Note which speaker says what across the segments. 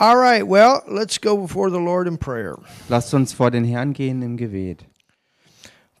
Speaker 1: All right, well, let's go before the Lord in prayer.
Speaker 2: Lasst uns vor den Herrn gehen im Gebet.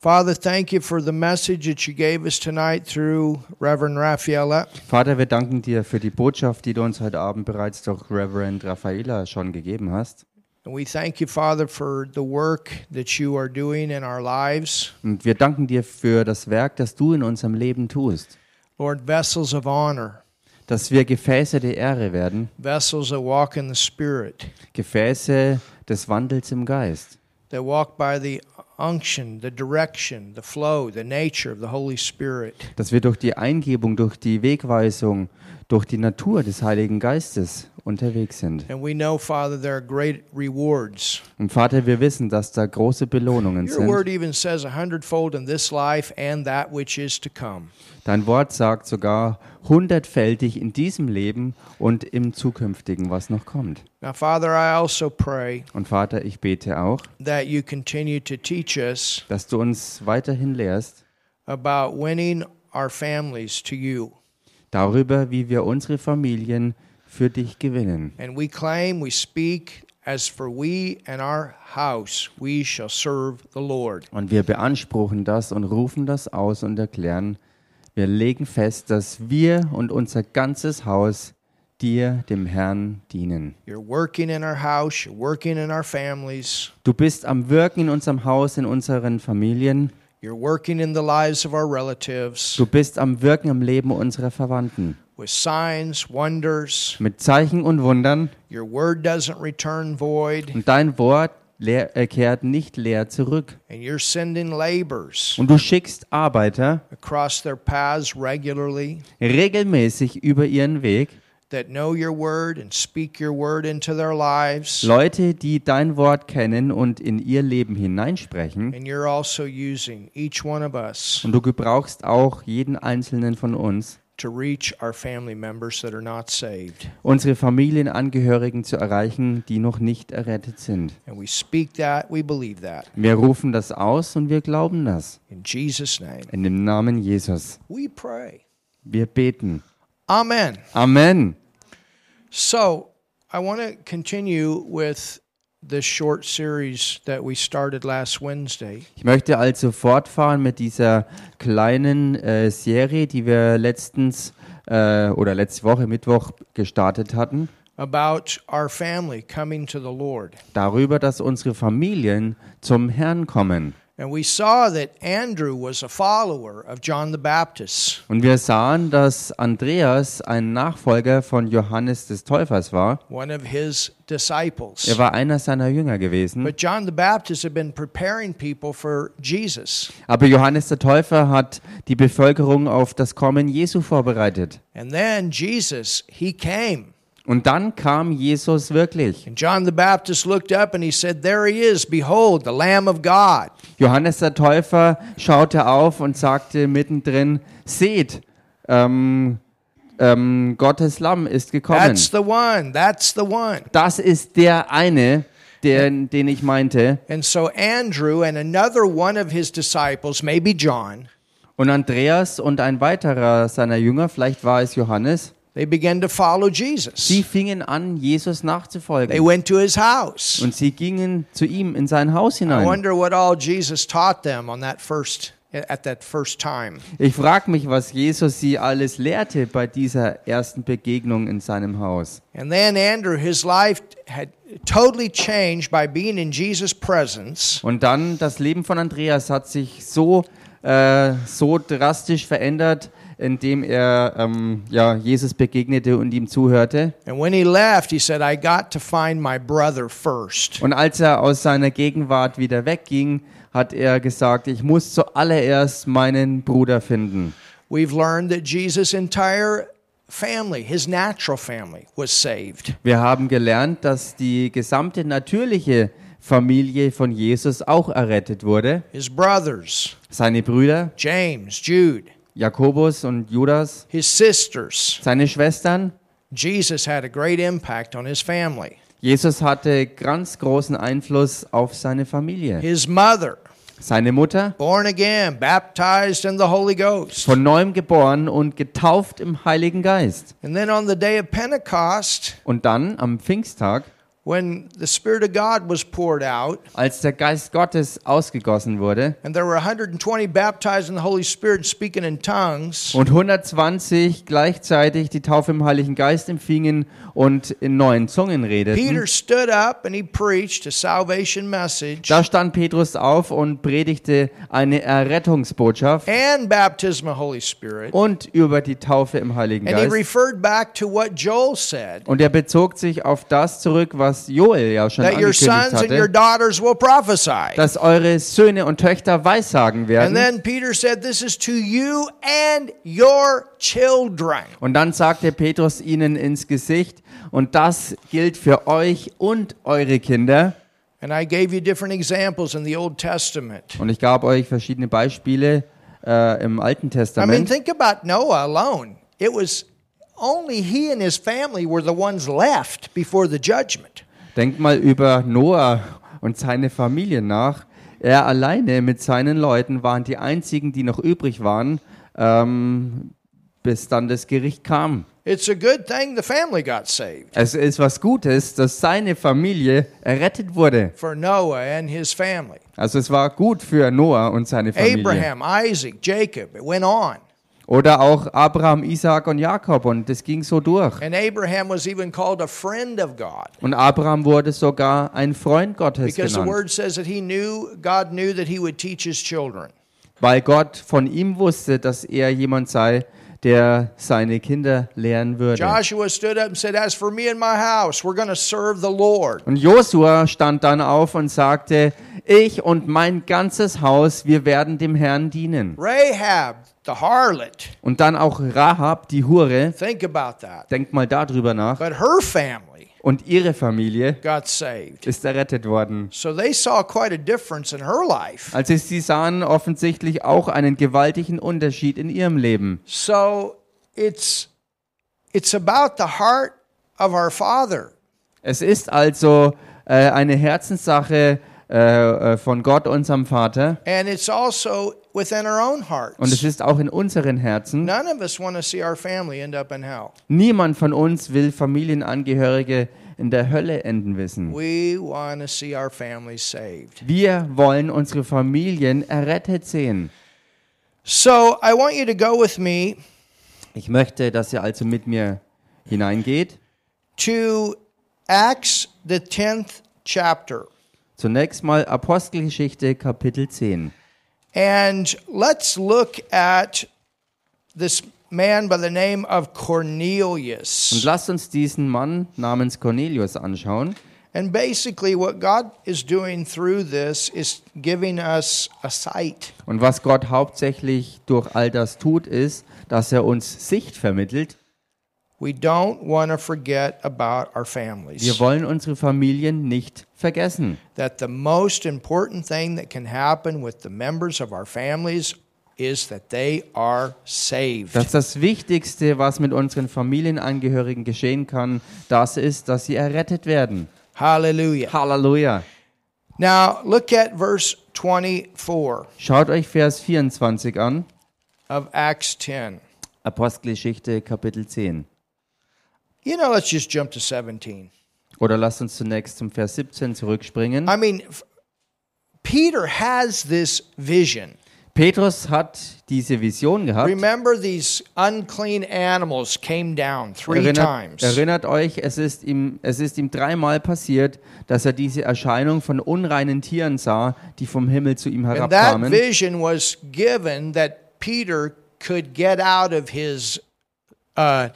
Speaker 1: Father, thank you for the message that you gave us tonight through Reverend Raffaella.
Speaker 2: Vater, wir danken dir für die Botschaft, die du uns heute Abend bereits durch Reverend Raffaella schon gegeben hast.
Speaker 1: And we thank you, Father, for the work that you are doing in our lives.
Speaker 2: Und wir danken dir für das Werk, das du in unserem Leben tust.
Speaker 1: Lord, vessels of honor,
Speaker 2: Dass wir Gefäße der Ehre werden,
Speaker 1: vessels that walk in the Spirit,
Speaker 2: Gefäße des Wandels im Geist,
Speaker 1: that walk by the unction, the direction, the flow, the nature of the Holy Spirit.
Speaker 2: dass wir durch die Eingebung, durch die Wegweisung, durch die Natur des Heiligen Geistes unterwegs sind.
Speaker 1: And we know, Father, there are great rewards.
Speaker 2: Und Vater, wir wissen, dass da große Belohnungen
Speaker 1: Your word
Speaker 2: sind.
Speaker 1: even says a hundredfold in this life and that which is to come.
Speaker 2: Dein Wort sagt sogar hundertfältig in diesem Leben und im zukünftigen, was noch kommt.
Speaker 1: Now, Father, I also pray
Speaker 2: Und Vater, ich bete auch,
Speaker 1: that you continue to teach us
Speaker 2: dass du uns weiterhin lehrst
Speaker 1: about winning our families to you.
Speaker 2: darüber, wie wir unsere Familien für dich gewinnen.
Speaker 1: And we claim, we speak, as for we and our house, we shall serve the Lord.
Speaker 2: Und wir beanspruchen das und rufen das aus und erklären, wir legen fest, dass wir und unser ganzes Haus dir, dem Herrn, dienen.
Speaker 1: You're working in our house, you're working in our families,
Speaker 2: Du bist am Wirken in unserem Haus, in unseren Familien.
Speaker 1: you're working in the lives of our relatives
Speaker 2: Du bist am Wirken im Leben unserer Verwandten.
Speaker 1: with signs, wonders.
Speaker 2: Mit Zeichen und Wundern.
Speaker 1: Your word doesn't return void,
Speaker 2: Und dein Wort leer, äh, kehrt nicht leer zurück.
Speaker 1: and you're sending labors
Speaker 2: Und du schickst Arbeiter
Speaker 1: across their paths regularly
Speaker 2: regelmäßig über ihren Weg.
Speaker 1: that know your word and speak your word into their lives.
Speaker 2: Leute, die dein Wort kennen und in ihr Leben hineinsprechen.
Speaker 1: And you're also using each one of us
Speaker 2: Und du gebrauchst auch jeden einzelnen von uns,
Speaker 1: to reach our family members that are not saved.
Speaker 2: unsere Familienangehörigen zu erreichen, die noch nicht errettet sind.
Speaker 1: And we speak that, we believe that.
Speaker 2: Wir rufen das aus und wir glauben das.
Speaker 1: In Jesus' name,
Speaker 2: In dem Namen Jesus.
Speaker 1: we pray.
Speaker 2: Wir beten.
Speaker 1: Amen.
Speaker 2: Amen.
Speaker 1: So I want to continue with this short series that we started last Wednesday.
Speaker 2: Ich möchte also fortfahren mit dieser kleinen äh, Serie, die wir letztens äh, oder letzte Woche Mittwoch gestartet hatten,
Speaker 1: about our family coming to the Lord.
Speaker 2: darüber, dass unsere Familien zum Herrn kommen.
Speaker 1: And we saw that Andrew was a follower of John the Baptist.
Speaker 2: Und wir sahen, dass Andreas ein Nachfolger von Johannes des Täufers war.
Speaker 1: one of his disciples.
Speaker 2: Er war einer seiner Jünger gewesen.
Speaker 1: But John the Baptist had been preparing people for Jesus,
Speaker 2: Aber Johannes der Täufer hat die Bevölkerung auf das Kommen Jesu vorbereitet.
Speaker 1: and then Jesus he came,
Speaker 2: Und dann kam Jesus wirklich.
Speaker 1: and John the Baptist looked up and he said, "There he is! Behold, the Lamb of God."
Speaker 2: Johannes der Täufer schaute auf und sagte mittendrin, seht, ähm, ähm, Gottes Lamm ist gekommen.
Speaker 1: That's the one. That's the one.
Speaker 2: Das ist der eine, der, den ich meinte.
Speaker 1: And so Andrew and another one of his disciples, maybe John,
Speaker 2: Und Andreas und ein weiterer seiner Jünger, vielleicht war es Johannes,
Speaker 1: they began to follow
Speaker 2: Sie
Speaker 1: Jesus.
Speaker 2: fingen an, Jesus
Speaker 1: They
Speaker 2: nachzufolgen.
Speaker 1: went to his house.
Speaker 2: Und sie gingen zu ihm in sein Haus
Speaker 1: I
Speaker 2: hinein.
Speaker 1: wonder what all Jesus taught them on that first at that first time.
Speaker 2: Ich frage mich, was Jesus sie alles lehrte bei dieser ersten Begegnung in seinem Haus.
Speaker 1: And then Andrew, his life had totally changed by being in Jesus' presence.
Speaker 2: Und dann das Leben von Andreas hat sich so, äh, so drastisch verändert, indem er ähm, ja, Jesus begegnete und ihm zuhörte.
Speaker 1: And when he left, he said, I got to find my brother first.
Speaker 2: Und als er aus seiner Gegenwart wieder wegging, hat er gesagt, ich muss zuallererst meinen Bruder finden.
Speaker 1: We've learned that Jesus' entire family, his natural family, was saved.
Speaker 2: Wir haben gelernt, dass die gesamte natürliche Familie von Jesus auch errettet wurde.
Speaker 1: His brothers,
Speaker 2: Seine Brüder,
Speaker 1: James, Jude,
Speaker 2: Jakobus und Judas,
Speaker 1: his sisters.
Speaker 2: seine Schwestern.
Speaker 1: Jesus had a great impact on his family.
Speaker 2: Jesus hatte ganz großen Einfluss auf seine Familie.
Speaker 1: His mother,
Speaker 2: Seine Mutter,
Speaker 1: born again, baptized in the Holy Ghost.
Speaker 2: von neuem geboren und getauft im Heiligen Geist.
Speaker 1: And then on the day of Pentecost,
Speaker 2: Und dann am Pfingsttag,
Speaker 1: when the Spirit of God was poured out,
Speaker 2: als der Geist Gottes ausgegossen wurde
Speaker 1: and there were 120 baptized in the Holy Spirit speaking in tongues,
Speaker 2: und 120 gleichzeitig die Taufe im Heiligen Geist empfingen und in neuen Zungen redeten,
Speaker 1: Peter stood up and he preached a salvation message
Speaker 2: da stand Petrus auf und predigte eine Errettungsbotschaft
Speaker 1: and baptism of Holy Spirit.
Speaker 2: und über die Taufe im Heiligen
Speaker 1: And he
Speaker 2: Geist.
Speaker 1: referred back to what Joel said
Speaker 2: Und er bezog sich auf das zurück, was Joel ja schon
Speaker 1: that your
Speaker 2: angekündigt
Speaker 1: sons and your
Speaker 2: hatte,
Speaker 1: daughters will prophesy.
Speaker 2: dass eure Söhne und Töchter weissagen
Speaker 1: And
Speaker 2: werden.
Speaker 1: then Peter said, This is to you and your children.
Speaker 2: Und dann sagte Petrus ihnen ins Gesicht, und das gilt für euch und eure Kinder.
Speaker 1: And I gave you different examples in the Old Testament.
Speaker 2: Und ich gab euch verschiedene Beispiele äh, im Alten
Speaker 1: I mean,
Speaker 2: Testament.
Speaker 1: think about Noah alone. It was only he and his family were the ones left before the judgment.
Speaker 2: Denkt mal über Noah und seine Familie nach. Er alleine mit seinen Leuten waren die einzigen, die noch übrig waren, ähm, bis dann das Gericht kam.
Speaker 1: It's a good thing the family got saved
Speaker 2: Es ist was Gutes, dass seine Familie errettet wurde.
Speaker 1: for Noah and his family.
Speaker 2: Also es war gut für Noah und seine Familie.
Speaker 1: Abraham, Isaac, Jacob, it went on.
Speaker 2: Oder auch Abraham, Isaak und Jakob und das ging so durch.
Speaker 1: And Abraham was even called a friend of God
Speaker 2: Und Abraham wurde sogar ein Freund Gottes
Speaker 1: because the
Speaker 2: genannt,
Speaker 1: word says that he knew, God knew that he would teach his children.
Speaker 2: weil Gott von ihm wusste, dass er jemand sei, der seine Kinder lehren würde.
Speaker 1: Joshua stood up and said, As for me and my house, we're going to serve the Lord.
Speaker 2: Und Josua stand dann auf und sagte, ich und mein ganzes Haus, wir werden dem Herrn dienen.
Speaker 1: Rahab, the harlot,
Speaker 2: Und dann auch Rahab, die Hure,
Speaker 1: think about that.
Speaker 2: denkt mal darüber nach,
Speaker 1: But her family
Speaker 2: und ihre Familie
Speaker 1: got saved.
Speaker 2: ist errettet worden.
Speaker 1: So they saw quite a difference in her life.
Speaker 2: Also sie sahen offensichtlich auch einen gewaltigen Unterschied in ihrem Leben.
Speaker 1: So it's it's about the heart of our Father.
Speaker 2: Es ist also äh, eine Herzenssache äh, äh, von Gott, unserem Vater.
Speaker 1: And it's also within our own
Speaker 2: Und
Speaker 1: hearts.
Speaker 2: es ist auch in unseren Herzen.
Speaker 1: None of us want to see our family end up in hell.
Speaker 2: Niemand von uns will Familienangehörige in der Hölle enden wissen.
Speaker 1: We want to see our families saved.
Speaker 2: Wir wollen unsere Familien errettet sehen.
Speaker 1: So I want you to go with me
Speaker 2: Ich möchte, dass ihr also mit mir hineingeht.
Speaker 1: to Acts, the 10th chapter.
Speaker 2: Zunächst mal Apostelgeschichte Kapitel 10.
Speaker 1: And let's look at this man by the name of
Speaker 2: Und
Speaker 1: Cornelius.
Speaker 2: lasst uns diesen Mann namens Cornelius anschauen.
Speaker 1: And basically, what God is doing through this is giving us a sight.
Speaker 2: Und was Gott hauptsächlich durch all das tut, ist, dass er uns Sicht vermittelt.
Speaker 1: We don't want to forget about our
Speaker 2: Wir
Speaker 1: families.
Speaker 2: wollen unsere Familien nicht vergessen.
Speaker 1: That the most important thing that can happen with the members of our families is that they are saved.
Speaker 2: Dass das Wichtigste, was mit unseren Familienangehörigen geschehen kann, das ist, dass sie errettet werden.
Speaker 1: Hallelujah.
Speaker 2: Halleluja.
Speaker 1: Now, look at verse 24
Speaker 2: Schaut euch Vers 24 an,
Speaker 1: of Acts 10.
Speaker 2: Apostelgeschichte Kapitel 10.
Speaker 1: You know, let's just jump to 17.
Speaker 2: Oder lasst uns zunächst zum Vers 17 zurückspringen.
Speaker 1: I mean, f- Peter has this vision.
Speaker 2: Petrus hat diese Vision gehabt.
Speaker 1: Remember, these unclean animals came down three
Speaker 2: Erinnert,
Speaker 1: times.
Speaker 2: erinnert euch, es ist, ihm, es ist ihm dreimal passiert, dass er diese Erscheinung von unreinen Tieren sah, die vom Himmel zu ihm
Speaker 1: and that
Speaker 2: herabkamen.
Speaker 1: vision was given that Peter could get out of his uh,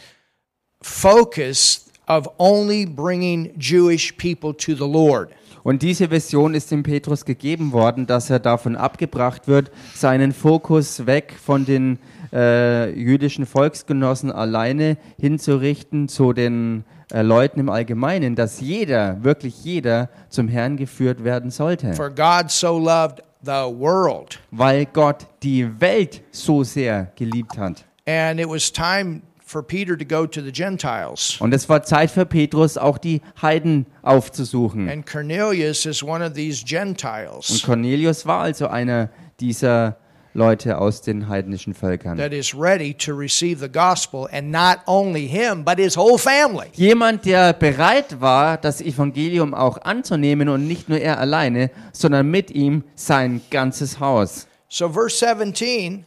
Speaker 1: focus of only bringing Jewish people to the Lord.
Speaker 2: Und diese Vision ist dem Petrus gegeben worden, dass er davon abgebracht wird, seinen Fokus weg von den äh, jüdischen Volksgenossen alleine hinzurichten zu den äh, Leuten im Allgemeinen, dass jeder, wirklich jeder, zum Herrn geführt werden sollte.
Speaker 1: For God so loved the world.
Speaker 2: Weil Gott die Welt so sehr geliebt hat.
Speaker 1: And it was time for Peter to go to the Gentiles.
Speaker 2: Und es war Zeit für Petrus, auch die Heiden aufzusuchen.
Speaker 1: And Cornelius is one of these
Speaker 2: Und
Speaker 1: Gentiles
Speaker 2: Cornelius war also einer dieser Leute aus den heidnischen Völkern.
Speaker 1: that is ready to receive the gospel, and not only him, but his whole family.
Speaker 2: Jemand, der bereit war, das Evangelium auch anzunehmen und nicht nur er alleine, sondern mit ihm sein ganzes Haus.
Speaker 1: So, verse 17,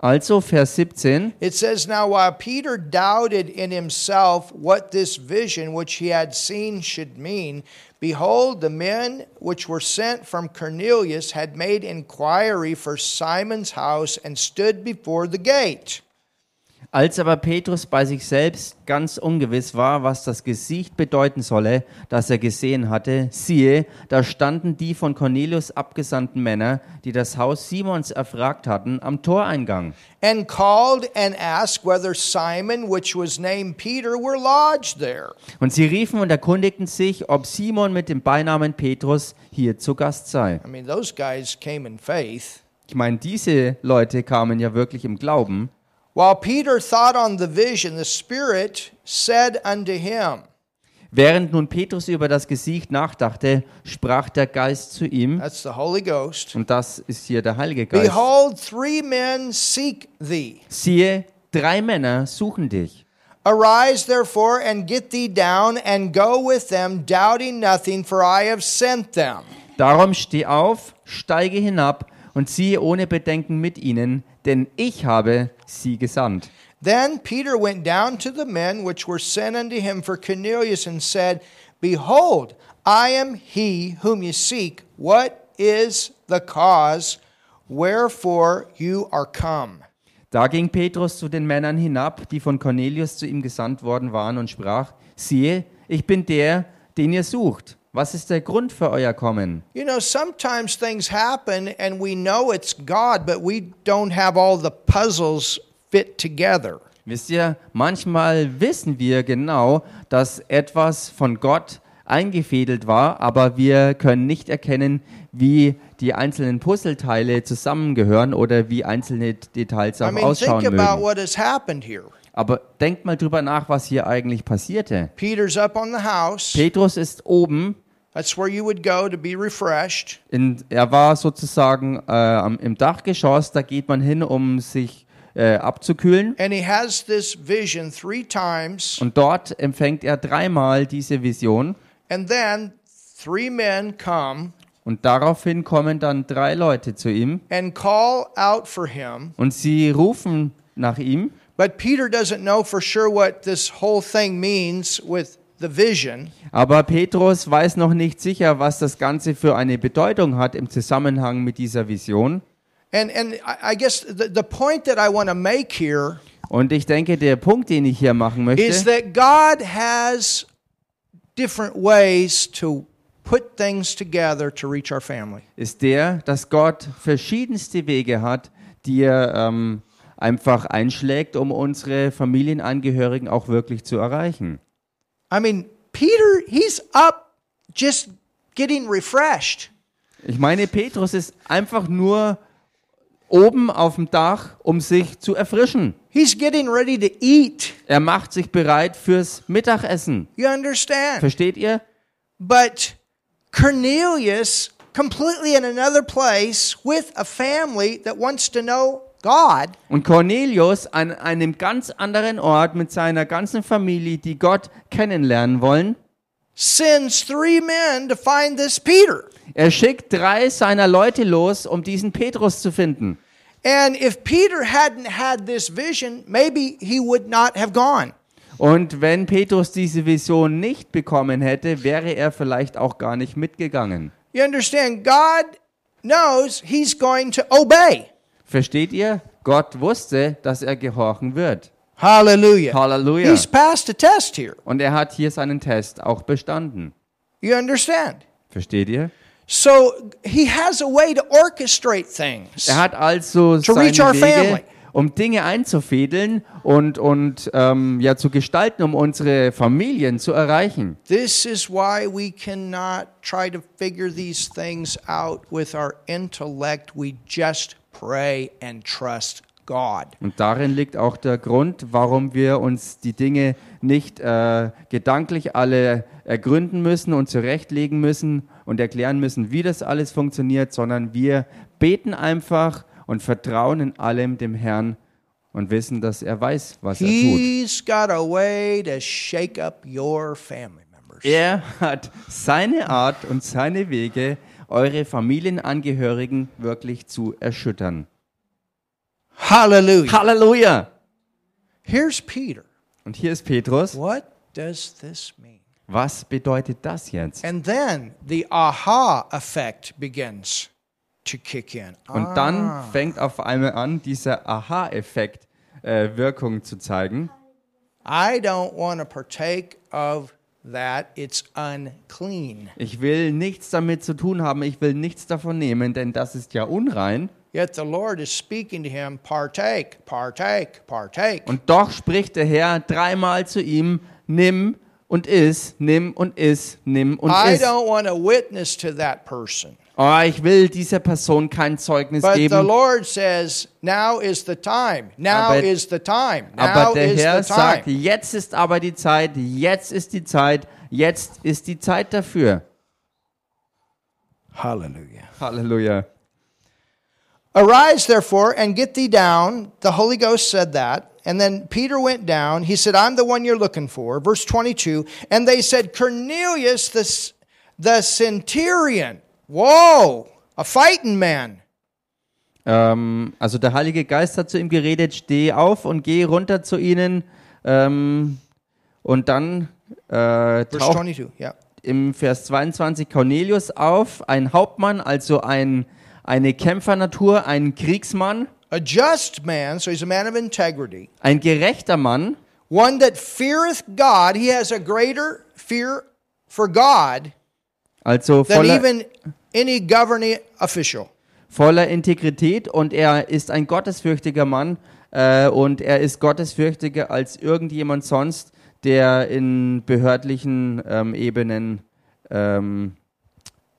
Speaker 2: Also Vers 17.
Speaker 1: it says, Now while Peter doubted in himself what this vision which he had seen should mean, behold, the men which were sent from Cornelius had made inquiry for Simon's house and stood before the gate.
Speaker 2: Als aber Petrus bei sich selbst ganz ungewiss war, was das Gesicht bedeuten solle, das er gesehen hatte, siehe, da standen die von Cornelius abgesandten Männer, die das Haus Simons erfragt hatten, am Toreingang
Speaker 1: and called and asked whether Simon, which was named Peter, were lodged there.
Speaker 2: Und sie riefen und erkundigten sich, ob Simon mit dem Beinamen Petrus hier zu Gast sei.
Speaker 1: I mean, those guys came in faith.
Speaker 2: Ich meine, diese Leute kamen ja wirklich im Glauben.
Speaker 1: While Peter thought on the vision, the Spirit said unto him,
Speaker 2: Während nun Petrus über das Gesicht nachdachte, sprach der Geist zu ihm,
Speaker 1: That's the Holy Ghost.
Speaker 2: und das ist hier der Heilige Geist.
Speaker 1: Behold, three men seek thee.
Speaker 2: Siehe, drei Männer suchen dich.
Speaker 1: Arise therefore and get thee down and go with them, doubting nothing, for I have sent them.
Speaker 2: Darum steh auf, steige hinab und siehe ohne Bedenken mit ihnen, denn ich habe sie gesandt.
Speaker 1: Then Peter went down to the men which were sent unto him for Cornelius and said, Behold, I am he whom you seek. What is the cause wherefore you are come?
Speaker 2: Da ging Petrus zu den Männern hinab, die von Cornelius zu ihm gesandt worden waren, und sprach, siehe, ich bin der, den ihr sucht. Was ist der Grund für euer Kommen?
Speaker 1: You know, sometimes things happen and we know it's God, but we don't have all the puzzles fit together.
Speaker 2: Wisst ihr, manchmal wissen wir genau, dass etwas von Gott eingefädelt war, aber wir können nicht erkennen, wie die einzelnen Puzzleteile zusammengehören oder wie einzelne Details
Speaker 1: I
Speaker 2: auch
Speaker 1: mean, think
Speaker 2: ausschauen
Speaker 1: about
Speaker 2: mögen.
Speaker 1: what has happened here.
Speaker 2: Aber denkt mal drüber nach, was hier eigentlich passierte.
Speaker 1: Peter's up on the house.
Speaker 2: Petrus ist oben,
Speaker 1: That's where you would go to be refreshed.
Speaker 2: in, er war sozusagen äh, am- im Dachgeschoss, da geht man hin, um sich äh, abzukühlen.
Speaker 1: And he has this vision three times.
Speaker 2: Und dort empfängt er dreimal diese Vision.
Speaker 1: And then three men come
Speaker 2: Und daraufhin kommen dann drei Leute zu ihm
Speaker 1: and call out for him.
Speaker 2: und sie rufen nach ihm.
Speaker 1: But Peter doesn't know for sure what this whole thing means with the vision.
Speaker 2: Aber Petrus weiß noch nicht sicher, was das Ganze für eine Bedeutung hat im Zusammenhang mit dieser Vision.
Speaker 1: And, and I I guess the, the point that I want to make here
Speaker 2: Und ich denke, der Punkt, den ich hier machen
Speaker 1: is
Speaker 2: möchte,
Speaker 1: that God has different ways to put things together to reach our family.
Speaker 2: ist der, dass Gott verschiedenste Wege hat, die er ähm, einfach einschlägt, um unsere Familienangehörigen auch wirklich zu erreichen.
Speaker 1: I mean, Peter, he's up just getting refreshed.
Speaker 2: Ich meine, Petrus ist einfach nur oben auf dem Dach, um sich zu erfrischen.
Speaker 1: He's getting ready to eat.
Speaker 2: Er macht sich bereit fürs Mittagessen.
Speaker 1: You understand?
Speaker 2: Versteht ihr?
Speaker 1: But Cornelius, completely in another place with a family that wants to know God,
Speaker 2: Und Cornelius an einem ganz anderen Ort mit seiner ganzen Familie, die Gott kennenlernen wollen,
Speaker 1: sends three men to find this Peter.
Speaker 2: er schickt drei seiner Leute los, um diesen Petrus zu finden.
Speaker 1: And if Peter hadn't had this vision, maybe he would not have gone.
Speaker 2: Und wenn Petrus diese Vision nicht bekommen hätte, wäre er vielleicht auch gar nicht mitgegangen.
Speaker 1: You understand? God knows he's going to obey.
Speaker 2: Versteht ihr? Gott wusste, dass er gehorchen wird.
Speaker 1: Hallelujah.
Speaker 2: Halleluja.
Speaker 1: He's passed a test here.
Speaker 2: Und er hat hier seinen Test auch bestanden.
Speaker 1: You understand?
Speaker 2: Versteht ihr?
Speaker 1: So he has a way to orchestrate things.
Speaker 2: Er hat also
Speaker 1: To
Speaker 2: seine
Speaker 1: reach our
Speaker 2: Wege,
Speaker 1: family.
Speaker 2: um Dinge einzufädeln und, und ähm, ja, zu gestalten, um unsere Familien zu erreichen.
Speaker 1: This is why we cannot try to figure these things out with our intellect. We just pray and trust God.
Speaker 2: Und darin liegt auch der Grund, warum wir uns die Dinge nicht äh, gedanklich alle ergründen müssen und zurechtlegen müssen und erklären müssen, wie das alles funktioniert, sondern wir beten einfach und vertrauen in allem dem Herrn und wissen, dass er weiß, was er tut.
Speaker 1: He's got a way to shake up your family members.
Speaker 2: Er hat seine Art und seine Wege, eure Familienangehörigen wirklich zu erschüttern.
Speaker 1: Hallelujah.
Speaker 2: Halleluja!
Speaker 1: Here's Peter.
Speaker 2: Und hier ist Petrus.
Speaker 1: What does this mean?
Speaker 2: Was bedeutet das jetzt?
Speaker 1: And then the aha effect begins to kick in. Ah,
Speaker 2: Und dann fängt auf einmal an, dieser Aha-Effekt äh, Wirkung zu zeigen.
Speaker 1: I don't want to partake of that. It's unclean.
Speaker 2: Ich will nichts damit zu tun haben, ich will nichts davon nehmen, denn das ist ja unrein.
Speaker 1: Yet the Lord is speaking to him, partake, partake, partake.
Speaker 2: Und doch spricht der Herr dreimal zu ihm, nimm und iss, nimm und iss, nimm und
Speaker 1: I
Speaker 2: iss.
Speaker 1: don't want to witness to that person.
Speaker 2: Oh, ich will dieser Person kein Zeugnis
Speaker 1: But the
Speaker 2: geben.
Speaker 1: Lord says, now is the time. Now
Speaker 2: Aber-
Speaker 1: is the time. Now
Speaker 2: Aber der
Speaker 1: is
Speaker 2: Herr
Speaker 1: the time.
Speaker 2: sagt, jetzt ist aber die Zeit, jetzt ist die Zeit, jetzt ist die Zeit dafür.
Speaker 1: Hallelujah.
Speaker 2: Halleluja.
Speaker 1: Arise therefore and get thee down. The Holy Ghost said that. And then Peter went down. He said, I'm the one you're looking for. Verse 22. And they said, Cornelius the, c- the centurion. Whoa, a fighting man.
Speaker 2: Ähm, also der Heilige Geist hat zu ihm geredet, steh auf und geh runter zu ihnen. Ähm, und dann äh,
Speaker 1: Verse
Speaker 2: taucht
Speaker 1: 22. Yeah.
Speaker 2: im Vers 22 Cornelius auf, ein Hauptmann, also ein, eine Kämpfernatur, ein Kriegsmann,
Speaker 1: A just man, so he's a man of integrity.
Speaker 2: ein gerechter Mann,
Speaker 1: One that feareth God. He has a greater fear for God
Speaker 2: also
Speaker 1: than
Speaker 2: voller,
Speaker 1: even any governing official.
Speaker 2: voller Integrität und er ist ein gottesfürchtiger Mann äh, und er ist gottesfürchtiger als irgendjemand sonst, der in behördlichen ähm, Ebenen ähm,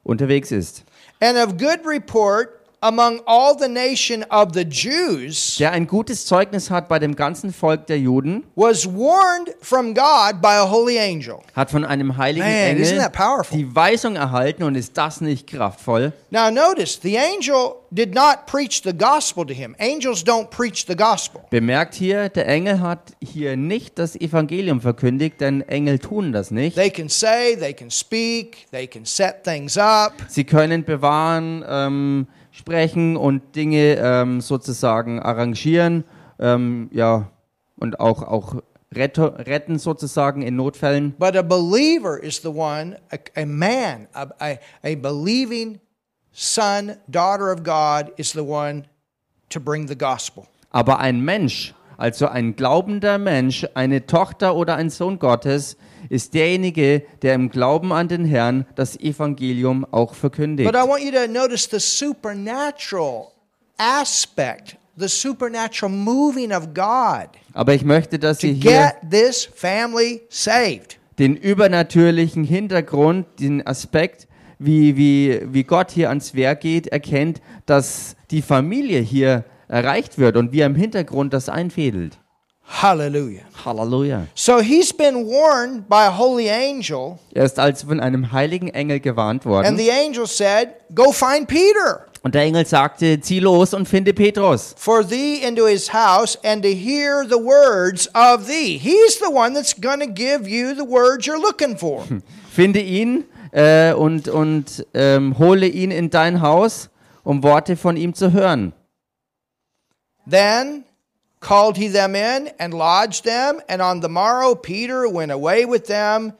Speaker 2: unterwegs ist.
Speaker 1: and of good report among all the nation of the Jews,
Speaker 2: Der ein gutes Zeugnis hat bei dem ganzen Volk der Juden,
Speaker 1: was warned from God by a holy angel.
Speaker 2: hat von einem heiligen
Speaker 1: Man, isn't
Speaker 2: Engel
Speaker 1: that powerful?
Speaker 2: die Weisung erhalten und ist das nicht kraftvoll?
Speaker 1: Now, notice the angel did not preach the gospel to him. Angels don't preach the gospel.
Speaker 2: Bemerkt hier, der Engel hat hier nicht das Evangelium verkündigt, denn Engel tun das nicht.
Speaker 1: They can say, they can speak, they can set things up,
Speaker 2: Sie können bewahren, ähm, sprechen und Dinge ähm, sozusagen arrangieren, ähm, ja, und auch, auch retto, retten sozusagen in Notfällen.
Speaker 1: but a believer is the one, a, a man, a, a, a believing son, daughter of God, is the one to bring the gospel.
Speaker 2: Aber ein Mensch, also ein glaubender Mensch, eine Tochter oder ein Sohn Gottes, ist derjenige, der im Glauben an den Herrn das Evangelium auch verkündigt.
Speaker 1: But I want you to notice the supernatural aspect, the supernatural moving of God
Speaker 2: Aber ich möchte, dass ihr
Speaker 1: uh, to
Speaker 2: hier
Speaker 1: get this family saved.
Speaker 2: den übernatürlichen Hintergrund, den Aspekt, wie, wie, wie Gott hier ans Werk geht, erkennt, dass die Familie hier erreicht wird und wie er im Hintergrund das einfädelt.
Speaker 1: Hallelujah.
Speaker 2: Halleluja.
Speaker 1: So he's been warned by a holy angel,
Speaker 2: Er ist also von einem heiligen Engel gewarnt
Speaker 1: and
Speaker 2: worden.
Speaker 1: the angel said, Go find Peter,
Speaker 2: Und der Engel sagte, zieh los und finde Petrus.
Speaker 1: for thee into his house, and to hear the words of thee. He's the one that's going to give you the words you're looking for.
Speaker 2: Finde ihn äh, und, und ähm, hole ihn in dein Haus, um Worte von ihm zu hören.
Speaker 1: Then called he them in and lodged them, and on the morrow Peter went away with them,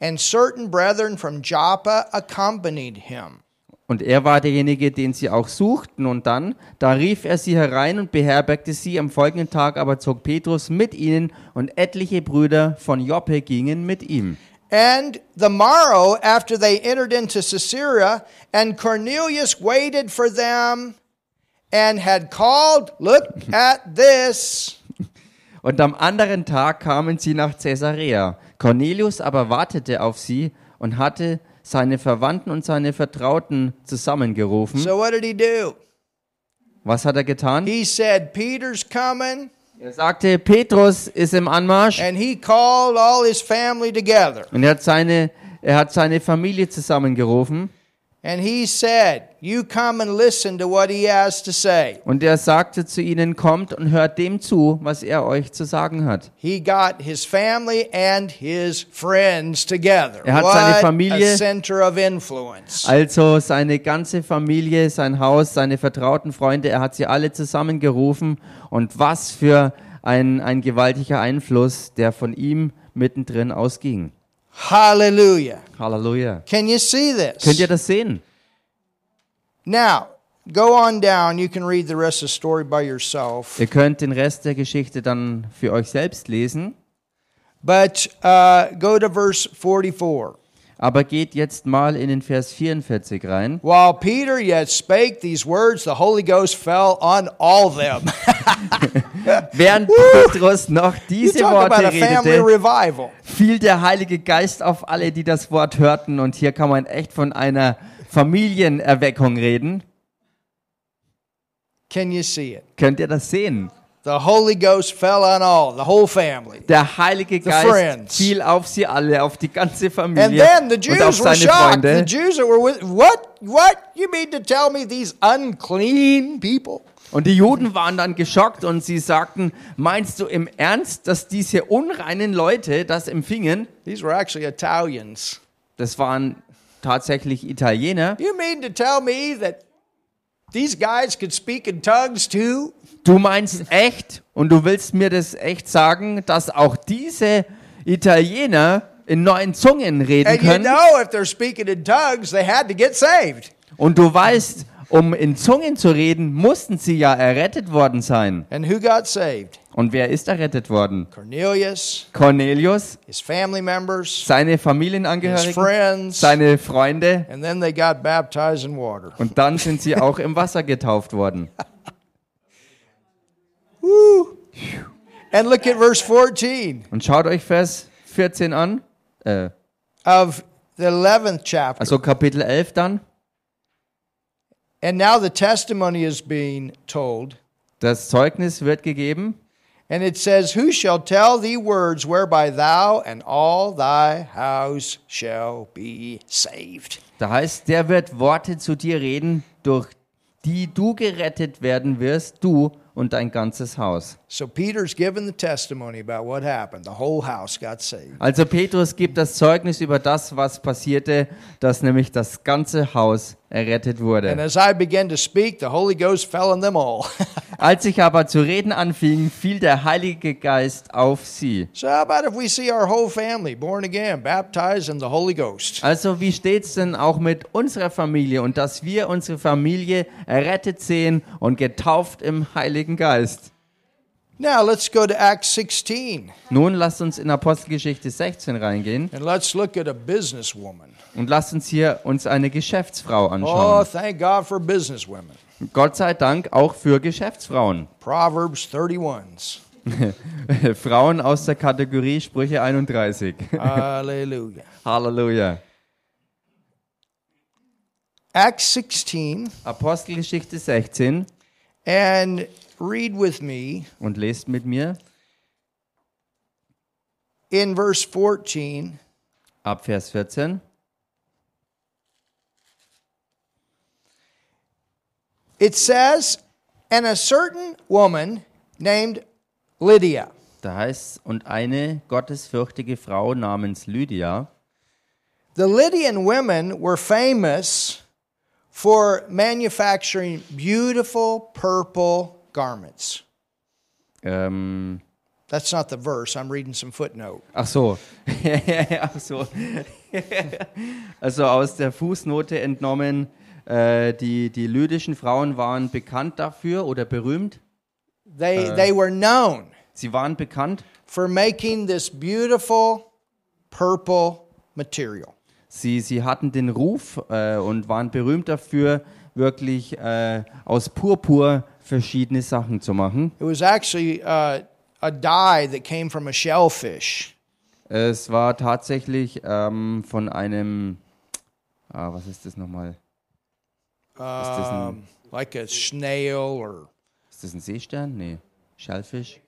Speaker 1: and certain brethren from Joppa accompanied him.
Speaker 2: Und er war derjenige, den sie auch suchten. Und dann, da rief er sie herein und beherbergte sie. Am folgenden Tag aber zog Petrus mit ihnen und etliche Brüder von Joppe gingen mit ihm.
Speaker 1: And the morrow after they entered into Caesarea, and Cornelius waited for them and had called, Look at this.
Speaker 2: Und am anderen Tag kamen sie nach Caesarea. Cornelius aber wartete auf sie und hatte Hmm? seine Verwandten und seine Vertrauten zusammengerufen.
Speaker 1: So, what did he do?
Speaker 2: Was hat er getan?
Speaker 1: He said, Peter's coming,
Speaker 2: Er sagte, Petrus ist im Anmarsch
Speaker 1: and he called all his family together.
Speaker 2: und er hat seine, er hat seine Familie zusammengerufen
Speaker 1: And he said, You come and listen to what he has to say.
Speaker 2: und er sagte zu ihnen, kommt und hört dem zu, was er euch zu sagen hat.
Speaker 1: He got his family and his friends together.
Speaker 2: Er hat
Speaker 1: what
Speaker 2: seine Familie-
Speaker 1: a center of influence.
Speaker 2: Also seine ganze Familie, sein Haus, seine vertrauten Freunde, er hat sie alle zusammengerufen und was für ein, ein gewaltiger Einfluss, der von ihm mittendrin ausging.
Speaker 1: Hallelujah.
Speaker 2: Halleluja.
Speaker 1: Can you see this?
Speaker 2: Könnt ihr das sehen?
Speaker 1: Now, go on down. You can read the rest of the story by yourself.
Speaker 2: Ihr könnt den Rest der Geschichte dann für euch selbst lesen,
Speaker 1: But uh, go to verse 44.
Speaker 2: aber geht jetzt mal in den Vers 44 rein.
Speaker 1: While Peter yet spake these words, the Holy Ghost fell on all them.
Speaker 2: Während Petrus noch
Speaker 1: you
Speaker 2: diese
Speaker 1: talk about
Speaker 2: Worte
Speaker 1: a family
Speaker 2: redete,
Speaker 1: revival.
Speaker 2: fiel der Heilige Geist auf alle, die das Wort hörten. Und hier kann man echt von einer Familienerweckung reden.
Speaker 1: Can you see it?
Speaker 2: Könnt ihr das sehen?
Speaker 1: The Holy Ghost fell on all, the whole family.
Speaker 2: Der Heilige Geist
Speaker 1: friends.
Speaker 2: fiel auf sie alle, auf die ganze
Speaker 1: And
Speaker 2: Familie
Speaker 1: then the
Speaker 2: und
Speaker 1: Jews
Speaker 2: auf
Speaker 1: were
Speaker 2: seine
Speaker 1: shocked. The
Speaker 2: Freunde.
Speaker 1: Jews that were with what? What? You mean to tell me these unclean people?
Speaker 2: Und die Juden waren dann geschockt und sie sagten, meinst du im Ernst, dass diese unreinen Leute das empfingen?
Speaker 1: These were actually Italians.
Speaker 2: Das waren tatsächlich Italiener.
Speaker 1: You mean to tell me that these guys could speak in tongues too?
Speaker 2: Du meinst echt und du willst mir das echt sagen, dass auch diese Italiener in neuen Zungen reden
Speaker 1: And you
Speaker 2: können?
Speaker 1: know, if they're speaking in tongues, they had to get saved.
Speaker 2: Und du weißt, um in Zungen zu reden, mussten sie ja errettet worden sein.
Speaker 1: And who got saved?
Speaker 2: Und wer ist errettet worden?
Speaker 1: Cornelius,
Speaker 2: Cornelius,
Speaker 1: his family members,
Speaker 2: seine
Speaker 1: his
Speaker 2: Familienangehörigen,
Speaker 1: friends,
Speaker 2: seine Freunde.
Speaker 1: and then they got baptized in water.
Speaker 2: Und dann sind sie auch im Wasser getauft worden.
Speaker 1: And look at verse 14
Speaker 2: Und schaut euch Vers 14 an, äh,
Speaker 1: of the 11th chapter.
Speaker 2: also Kapitel 11 dann.
Speaker 1: And now the testimony is being told.
Speaker 2: Das Zeugnis wird gegeben.
Speaker 1: And it says, Who shall tell thee words whereby thou and all thy house shall be saved?
Speaker 2: Da heißt, der wird Worte zu dir reden, durch die du gerettet werden wirst, du und dein ganzes Haus.
Speaker 1: So Peter's given the testimony about what happened. The whole house got saved.
Speaker 2: Also Petrus gibt das Zeugnis über das, was passierte, dass nämlich das ganze Haus errettet
Speaker 1: And
Speaker 2: wurde.
Speaker 1: as I began to speak, the Holy Ghost fell on them all.
Speaker 2: Als ich aber zu reden anfing, fiel der Heilige Geist auf sie.
Speaker 1: so, how about if we see our whole family born again, baptized in the Holy Ghost?
Speaker 2: Also wie steht's denn auch mit unserer Familie und dass wir unsere Familie errettet sehen und getauft im Heiligen Geist?
Speaker 1: Now, let's go to Acts 16
Speaker 2: Nun lasst uns in Apostelgeschichte 16 reingehen
Speaker 1: and let's look at a businesswoman.
Speaker 2: und lasst uns hier uns eine Geschäftsfrau
Speaker 1: Oh,
Speaker 2: anschauen.
Speaker 1: thank God for businesswomen.
Speaker 2: Gott sei Dank auch für Geschäftsfrauen.
Speaker 1: Proverbs 31s.
Speaker 2: Frauen aus der Kategorie Sprüche 31.
Speaker 1: Hallelujah.
Speaker 2: Halleluja.
Speaker 1: Acts 16
Speaker 2: Apostelgeschichte 16
Speaker 1: and read with me
Speaker 2: und lest mit mir
Speaker 1: in verse 14.
Speaker 2: ab Vers 14.
Speaker 1: It says, And a certain woman named Lydia,
Speaker 2: Da heißt und eine gottesfürchtige Frau namens Lydia
Speaker 1: The Lydian women were famous for manufacturing beautiful purple garments.
Speaker 2: ähm,
Speaker 1: That's not the verse. I'm reading some footnote.
Speaker 2: Ach so. Ach so. also aus der Fußnote entnommen, äh, die, die lydischen Frauen waren bekannt dafür oder berühmt.
Speaker 1: They, they were known
Speaker 2: Sie waren bekannt.
Speaker 1: for making this beautiful purple material.
Speaker 2: Sie, sie hatten den Ruf äh, und waren berühmt dafür, wirklich äh, aus Purpur verschiedene Sachen zu machen.
Speaker 1: It was actually uh, a dye that came from a shellfish.
Speaker 2: Es war tatsächlich ähm, von einem, ah, was ist das nochmal? Ist das ein,
Speaker 1: um, like a snail or
Speaker 2: ist das ein Seestern? Nee. Schellfisch.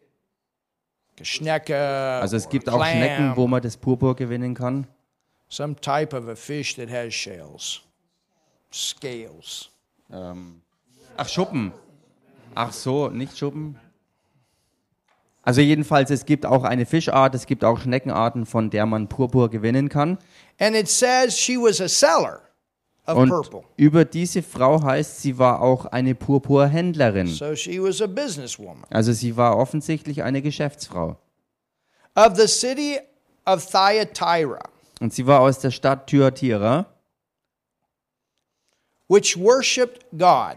Speaker 1: a schnecka.
Speaker 2: Also es
Speaker 1: or
Speaker 2: gibt
Speaker 1: a
Speaker 2: auch
Speaker 1: clam,
Speaker 2: Schnecken, wo man das Purpur gewinnen kann.
Speaker 1: Some type of a fish that has shells, scales.
Speaker 2: Ähm, ach, Schuppen. Ach so, nicht Schuppen. Also jedenfalls, es gibt auch eine Fischart, es gibt auch Schneckenarten, von der man Purpur gewinnen kann.
Speaker 1: And it says she was a seller of
Speaker 2: Und
Speaker 1: purple.
Speaker 2: über diese Frau heißt, sie war auch eine Purpurhändlerin.
Speaker 1: So she was a businesswoman.
Speaker 2: Also sie war offensichtlich eine Geschäftsfrau.
Speaker 1: Of the city of Thyatira,
Speaker 2: Und sie war aus der Stadt Thyatira
Speaker 1: which worshiped God.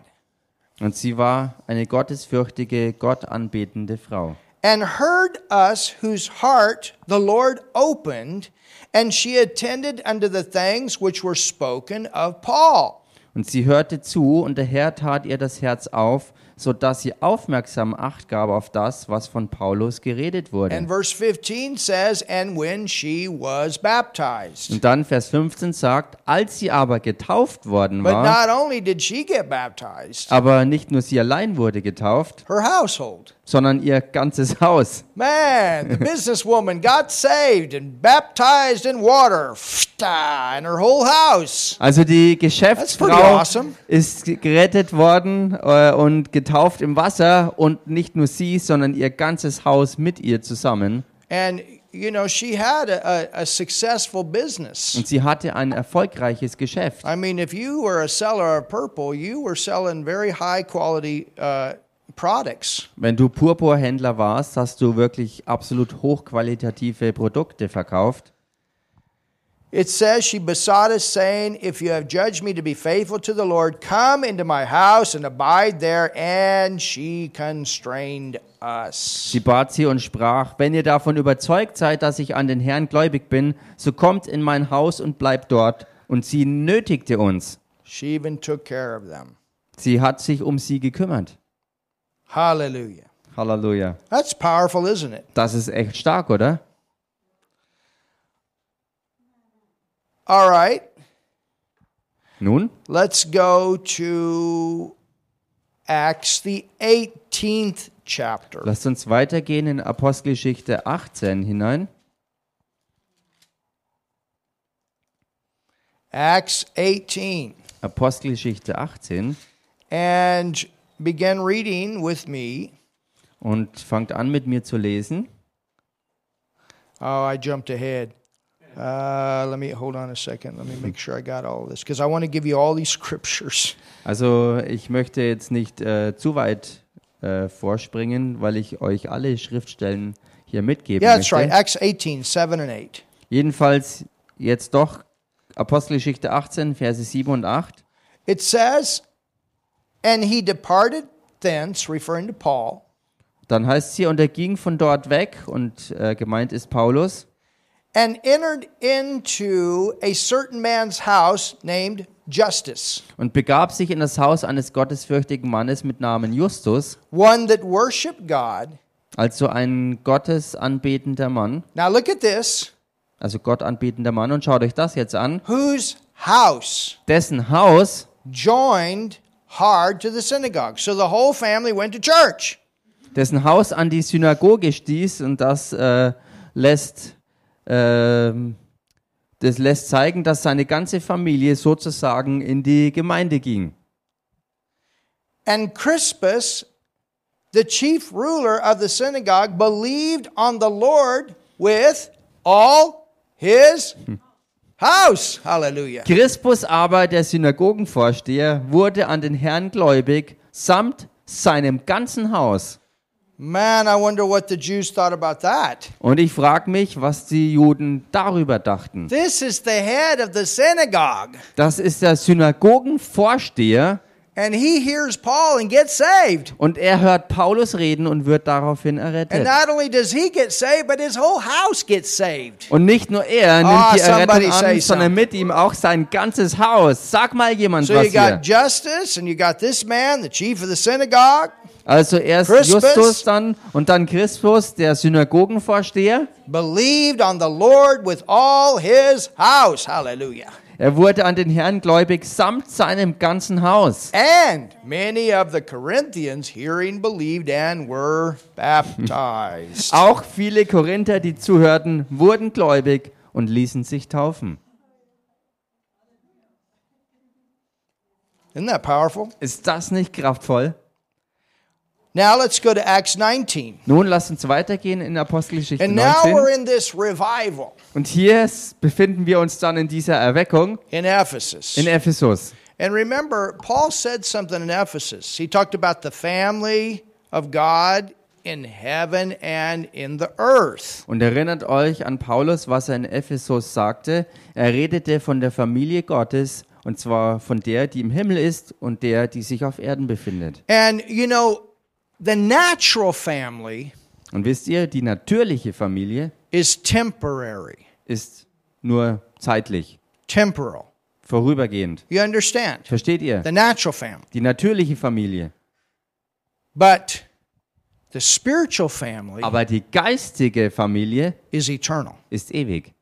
Speaker 2: und sie war eine gottesfürchtige, gottanbetende Frau.
Speaker 1: and heard us whose heart the Lord opened, and she attended unto the things which were spoken of Paul.
Speaker 2: Und sie hörte zu, und der Herr tat ihr das Herz auf, so dass sie aufmerksam Acht gab auf das, was von Paulus geredet
Speaker 1: And
Speaker 2: wurde.
Speaker 1: verse 15 says, And when she was baptized.
Speaker 2: Und dann Vers 15 sagt, als sie aber getauft worden
Speaker 1: But
Speaker 2: war,
Speaker 1: not only did she get baptized,
Speaker 2: aber nicht nur sie allein wurde getauft,
Speaker 1: her household.
Speaker 2: sondern ihr ganzes Haus.
Speaker 1: Man, the businesswoman got saved and baptized in water, and her whole house.
Speaker 2: Also die
Speaker 1: pretty
Speaker 2: Geschäftsfrau
Speaker 1: awesome.
Speaker 2: ist gerettet worden äh, und getauft im Wasser und nicht nur sie, sondern ihr ganzes Haus mit ihr zusammen.
Speaker 1: And, you know, she had a, a, a successful business.
Speaker 2: Und sie hatte ein erfolgreiches Geschäft.
Speaker 1: I mean, if you were a seller of purple, you were selling very high quality uh, products.
Speaker 2: Wenn du Purpurhändler warst, hast du wirklich absolut hochqualitative Produkte verkauft.
Speaker 1: It says she besought us, saying, If you have judged me to be faithful to the Lord, come into my house and abide there. And she constrained us.
Speaker 2: Sie bat sie und sprach, wenn ihr davon überzeugt seid, dass ich an den Herrn gläubig bin, so kommt in mein Haus und bleibt dort. Und sie nötigte uns.
Speaker 1: She even took care of them.
Speaker 2: Sie hat sich um sie gekümmert.
Speaker 1: Hallelujah.
Speaker 2: Halleluja.
Speaker 1: That's powerful, isn't it?
Speaker 2: Das ist echt stark, oder?
Speaker 1: All right,
Speaker 2: Nun,
Speaker 1: let's go to Acts, the 18th chapter.
Speaker 2: lasst uns weitergehen in Apostelgeschichte 18 hinein.
Speaker 1: Acts 18.
Speaker 2: Apostelgeschichte 18
Speaker 1: and begin reading with me.
Speaker 2: und fangt an mit mir zu lesen.
Speaker 1: Oh, I jumped ahead. Uh, let me hold on a second. Let me make sure I got all this because I want to give you all these scriptures.
Speaker 2: Also ich möchte jetzt nicht äh, zu weit äh, vorspringen, weil ich euch alle Schriftstellen hier mitgeben
Speaker 1: Yeah, that's
Speaker 2: möchte.
Speaker 1: right. Acts 18, 7 and 8.
Speaker 2: Jedenfalls jetzt doch Apostelgeschichte 18, Verse 7 und 8.
Speaker 1: It says, And he departed thence, referring to Paul,
Speaker 2: Dann heißt sie, und er ging von dort weg, und äh, gemeint ist Paulus,
Speaker 1: and entered into a certain man's house named Justice,
Speaker 2: und begab sich in das Haus eines gottesfürchtigen Mannes mit Namen Justus,
Speaker 1: one that worshiped God.
Speaker 2: also ein gottesanbetender Mann,
Speaker 1: Now look at this.
Speaker 2: also gottanbetender Mann, und schaut euch das jetzt an,
Speaker 1: Whose house?
Speaker 2: dessen Haus
Speaker 1: joined hard to the synagogue. So the whole family went to church.
Speaker 2: dessen Haus an die Synagoge stieß und das äh, lässt ähm, das lässt zeigen, dass seine ganze Familie sozusagen in die Gemeinde ging.
Speaker 1: And Crispus, the chief ruler of the synagogue, believed on the Lord with all his house. Hallelujah.
Speaker 2: Crispus aber, der Synagogenvorsteher, wurde an den Herrn gläubig samt seinem ganzen Haus.
Speaker 1: Man, I wonder what the Jews thought about that.
Speaker 2: Und ich frage mich, was die Juden darüber dachten.
Speaker 1: This is the head of the synagogue.
Speaker 2: Das ist der Synagogenvorsteher
Speaker 1: And he hears Paul and gets saved.
Speaker 2: und er hört Paulus reden und wird daraufhin
Speaker 1: And
Speaker 2: errettet.
Speaker 1: not only does he get saved, but his whole house gets saved.
Speaker 2: Und nicht nur er nimmt
Speaker 1: Ah,
Speaker 2: die
Speaker 1: somebody
Speaker 2: Errettung
Speaker 1: say
Speaker 2: an, sondern mit ihm auch sein ganzes Haus. Sag mal jemand
Speaker 1: So
Speaker 2: was
Speaker 1: you got
Speaker 2: hier.
Speaker 1: justice, and you got this man, the chief of the synagogue,
Speaker 2: Also erst
Speaker 1: Crispus.
Speaker 2: Justus dann und dann Christus, der Synagogenvorsteher.
Speaker 1: believed on the Lord with all his house. Hallelujah.
Speaker 2: Er wurde an den Herrn gläubig samt seinem ganzen Haus.
Speaker 1: And many of the Corinthians hearing believed and were baptized.
Speaker 2: Auch viele Korinther, die zuhörten, wurden gläubig und ließen sich taufen.
Speaker 1: Isn't that powerful?
Speaker 2: Ist das nicht kraftvoll?
Speaker 1: Now let's go to Acts 19.
Speaker 2: Nun lasst uns weitergehen in Apostelgeschichte
Speaker 1: And now we're
Speaker 2: 19.
Speaker 1: in this revival
Speaker 2: Und hier s- befinden wir uns dann in dieser Erweckung
Speaker 1: in Ephesus.
Speaker 2: in E- Ephesus.
Speaker 1: And remember, Paul said something in Ephesus. He talked about the family of God in heaven and in the earth.
Speaker 2: Und erinnert euch an Paulus, was er in Ephesus sagte. Er redete von der Familie Gottes, und zwar von der, die im Himmel ist und der, die sich auf Erden befindet.
Speaker 1: And, you know, the natural family
Speaker 2: Und wisst ihr, die natürliche Familie
Speaker 1: is temporary,
Speaker 2: ist nur zeitlich,
Speaker 1: temporal.
Speaker 2: vorübergehend.
Speaker 1: You understand?
Speaker 2: Versteht ihr?
Speaker 1: The natural family.
Speaker 2: Die natürliche Familie.
Speaker 1: But the spiritual family
Speaker 2: Aber die geistige Familie
Speaker 1: is eternal.
Speaker 2: ist ewig.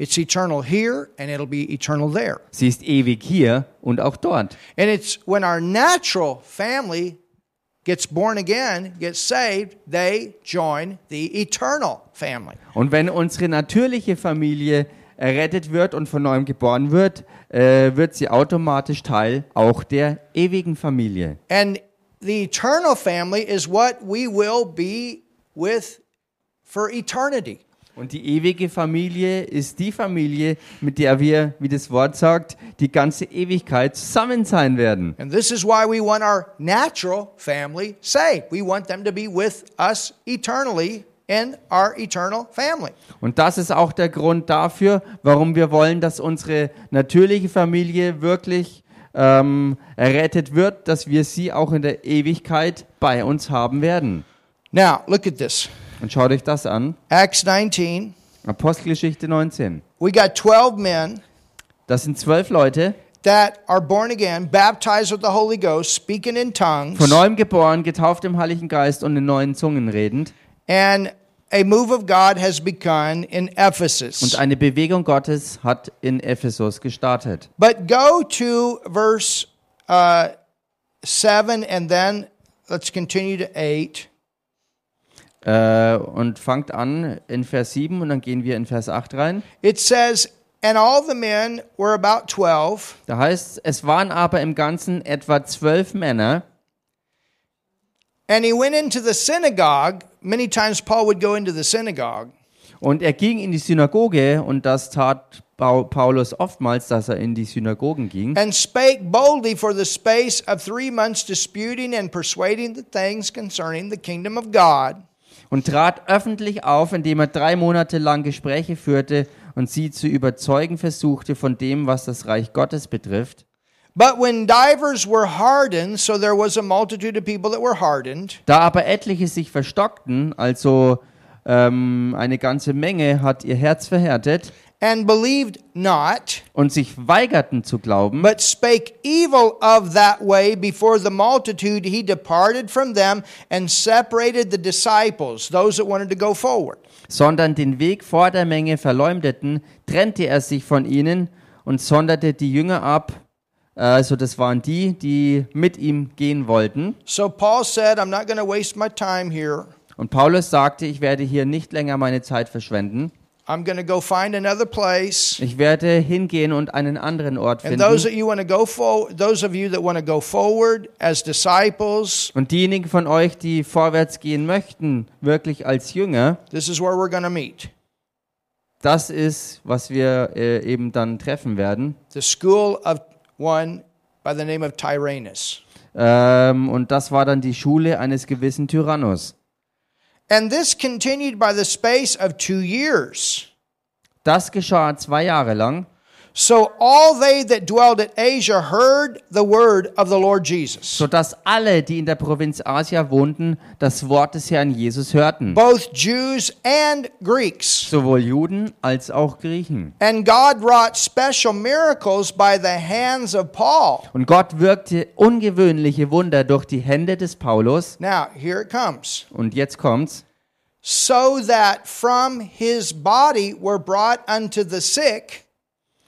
Speaker 1: It's eternal here and it'll be eternal there.
Speaker 2: Sie ist ewig hier und auch dort.
Speaker 1: And it's when our natural family gets born again, gets saved, they join the eternal family.
Speaker 2: Und wenn unsere natürliche Familie errettet wird und von neuem geboren wird, äh, wird sie automatisch Teil auch der ewigen Familie.
Speaker 1: And the eternal family is what we will be with for eternity.
Speaker 2: Und die ewige Familie ist die Familie, mit der wir, wie das Wort sagt, die ganze Ewigkeit zusammen sein werden.
Speaker 1: And this is why we want our natural family saved. We want them to be with us eternally in our eternal family.
Speaker 2: Und das ist auch der Grund dafür, warum wir wollen, dass unsere natürliche Familie wirklich ähm, errettet wird, dass wir sie auch in der Ewigkeit bei uns haben werden.
Speaker 1: Now, look at this.
Speaker 2: Und schaut euch das an.
Speaker 1: Acts 19.
Speaker 2: Apostelgeschichte 19.
Speaker 1: We got 12 men
Speaker 2: Das sind zwölf Leute,
Speaker 1: that are born again, baptized with the Holy Ghost, speaking in tongues,
Speaker 2: von neuem geboren, getauft im Heiligen Geist und in neuen Zungen redend.
Speaker 1: and a move of God has begun in Ephesus.
Speaker 2: Und eine Bewegung Gottes hat in Ephesus gestartet.
Speaker 1: But go to verse uh, 7 and then let's continue to 8.
Speaker 2: Äh, und fangt an in Vers 7 und dann gehen wir in Vers 8 rein.
Speaker 1: It says, And all the men were about 12,
Speaker 2: Da heißt es waren aber im Ganzen etwa zwölf Männer.
Speaker 1: and he went into the synagogue. Many times Paul would go into the synagogue.
Speaker 2: Und er ging in die Synagoge und das tat Pau- Paulus oftmals, dass er in die Synagogen ging.
Speaker 1: and spake boldly for the space of three months, disputing and persuading the things concerning the kingdom of God.
Speaker 2: und trat öffentlich auf, indem er drei Monate lang Gespräche führte und sie zu überzeugen versuchte von dem, was das Reich Gottes betrifft.
Speaker 1: But when divers were hardened, so there was a multitude of people that were hardened,
Speaker 2: Da aber etliche sich verstockten, also ähm, eine ganze Menge hat ihr Herz verhärtet
Speaker 1: and believed not,
Speaker 2: und sich weigerten zu glauben,
Speaker 1: but spake evil of that way before the multitude, he departed from them and separated the disciples, those that wanted to go forward.
Speaker 2: sondern den Weg vor der Menge verleumdeten, trennte er sich von ihnen und sonderte die Jünger ab. Also das waren die, die mit ihm gehen wollten.
Speaker 1: So Paul said, I'm not going to waste my time here.
Speaker 2: Und Paulus sagte, ich werde hier nicht länger meine Zeit verschwenden.
Speaker 1: I'm going to go find another place.
Speaker 2: Ich werde hingehen und einen anderen Ort
Speaker 1: And those
Speaker 2: finden.
Speaker 1: that you want to go for, those of you that want to go forward as disciples,
Speaker 2: Und diejenigen von euch, die vorwärts gehen möchten, wirklich als Jünger,
Speaker 1: this is where we're going to meet.
Speaker 2: das ist, was wir äh, eben dann treffen werden.
Speaker 1: The school of one by the name of Tyrannus.
Speaker 2: Ähm, und das war dann die Schule eines gewissen Tyrannus.
Speaker 1: And this continued by the space of two years.
Speaker 2: Das geschah zwei Jahre lang.
Speaker 1: So all they that dwelled at Asia heard the word of the Lord Jesus,
Speaker 2: sodass alle, die in der Provinz Asia wohnten, das Wort des Herrn Jesus hörten,
Speaker 1: both Jews and Greeks.
Speaker 2: sowohl Juden als auch Griechen.
Speaker 1: And God wrought special miracles by the hands of Paul.
Speaker 2: Und Gott wirkte ungewöhnliche Wunder durch die Hände des Paulus.
Speaker 1: Now, here it comes.
Speaker 2: Und jetzt kommt's.
Speaker 1: so that from his body were brought unto the sick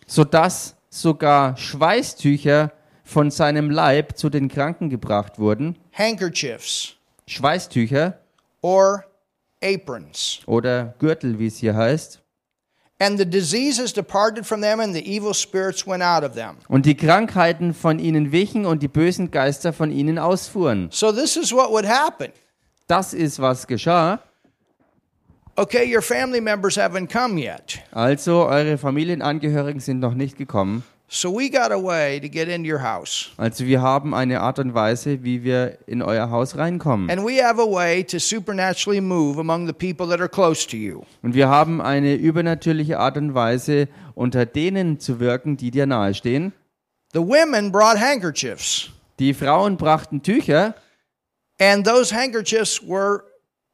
Speaker 2: Sodass sogar Schweißtücher von seinem Leib zu den Kranken gebracht wurden.
Speaker 1: handkerchiefs,
Speaker 2: Schweißtücher
Speaker 1: or aprons.
Speaker 2: oder Gürtel, wie es hier heißt.
Speaker 1: And the diseases departed from them, and the evil spirits went out of them.
Speaker 2: Und die Krankheiten von ihnen wichen und die bösen Geister von ihnen ausfuhren.
Speaker 1: So, this is what would happen.
Speaker 2: Das ist, was geschah.
Speaker 1: Okay, your family members haven't come yet.
Speaker 2: Also, eure Familienangehörigen sind noch nicht gekommen.
Speaker 1: So, we got a way to get into your house.
Speaker 2: Also, wir haben eine Art und Weise, wie wir in euer Haus reinkommen.
Speaker 1: And we have a way to supernaturally move among the people that are close to you.
Speaker 2: Und wir haben eine übernatürliche Art und Weise, unter denen zu wirken, die dir nahestehen.
Speaker 1: The women brought handkerchiefs,
Speaker 2: Die Frauen brachten Tücher
Speaker 1: and those handkerchiefs were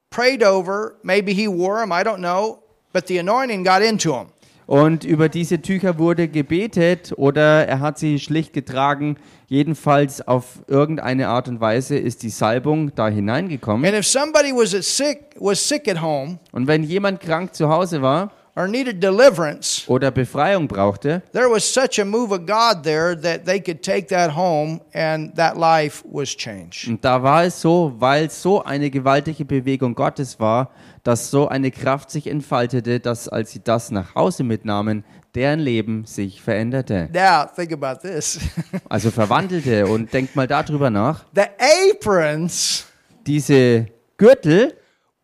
Speaker 1: prayed over. Maybe he wore them, I don't know, but the anointing got into them.
Speaker 2: Und über diese Tücher wurde gebetet oder er hat sie schlicht getragen. Jedenfalls auf irgendeine Art und Weise ist die Salbung da hineingekommen.
Speaker 1: And if somebody was at sick was sick at home
Speaker 2: Und wenn jemand krank zu Hause war
Speaker 1: or needed deliverance,
Speaker 2: oder Befreiung brauchte,
Speaker 1: there was such a move of God there that they could take that home and that life was changed.
Speaker 2: und da war es so, weil so eine gewaltige Bewegung Gottes war, dass so eine Kraft sich entfaltete, dass als sie das nach Hause mitnahmen, deren Leben sich veränderte.
Speaker 1: Now, think about this.
Speaker 2: Also verwandelte und denkt mal darüber nach.
Speaker 1: the aprons
Speaker 2: Diese Gürtel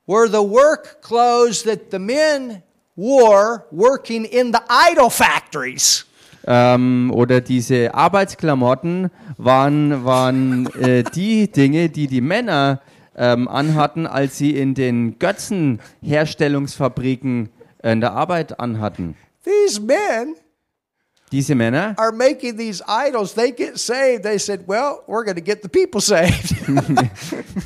Speaker 1: were the work clothes that the men wore working in the idol factories.
Speaker 2: ähm, oder diese Arbeitsklamotten waren, waren äh, die Dinge, die die Männer ähm, anhatten, als sie in den Götzenherstellungsfabriken äh, in der Arbeit anhatten.
Speaker 1: These men
Speaker 2: Diese Männer,
Speaker 1: are making these idols. They get saved. They said, Well, we're going to get the people saved.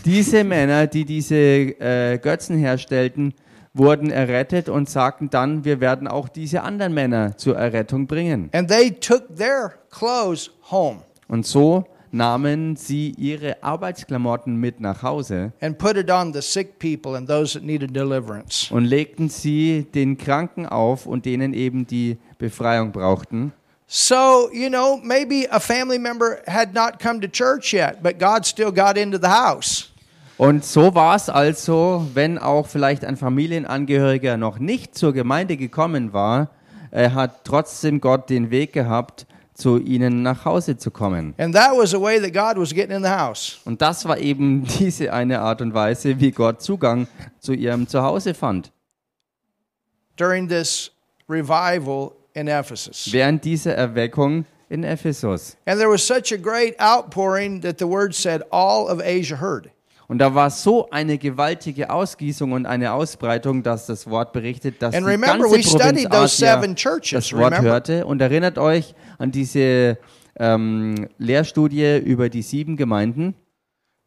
Speaker 2: diese Männer, die diese äh, Götzen herstellten, wurden errettet und sagten dann, wir werden auch diese anderen Männer zur Errettung bringen.
Speaker 1: and they took their clothes home.
Speaker 2: Und so nahmen sie ihre Arbeitsklamotten mit nach Hause.
Speaker 1: and put it on the sick people and those that needed deliverance.
Speaker 2: und legten sie den Kranken auf und denen eben die Befreiung brauchten.
Speaker 1: So, you know, maybe a family member had not come to church yet, but God still got into the house.
Speaker 2: Und so war es also, wenn auch vielleicht ein Familienangehöriger noch nicht zur Gemeinde gekommen war, er hat trotzdem Gott den Weg gehabt, zu ihnen nach Hause zu kommen.
Speaker 1: And that was the way that God was getting in the house.
Speaker 2: Und das war eben diese eine Art und Weise, wie Gott Zugang zu ihrem Zuhause fand.
Speaker 1: during this revival in Ephesus.
Speaker 2: Während dieser Erweckung in Ephesus.
Speaker 1: And there was such a great outpouring that the word said all of Asia heard.
Speaker 2: Und da war so eine gewaltige Ausgießung und eine Ausbreitung, dass das Wort berichtet, dass
Speaker 1: And
Speaker 2: die
Speaker 1: remember,
Speaker 2: ganze
Speaker 1: we
Speaker 2: Provinz
Speaker 1: studied those
Speaker 2: Asia
Speaker 1: seven churches.
Speaker 2: das Wort
Speaker 1: Remember?
Speaker 2: hörte. Und erinnert euch an diese ähm, Lehrstudie über die sieben Gemeinden,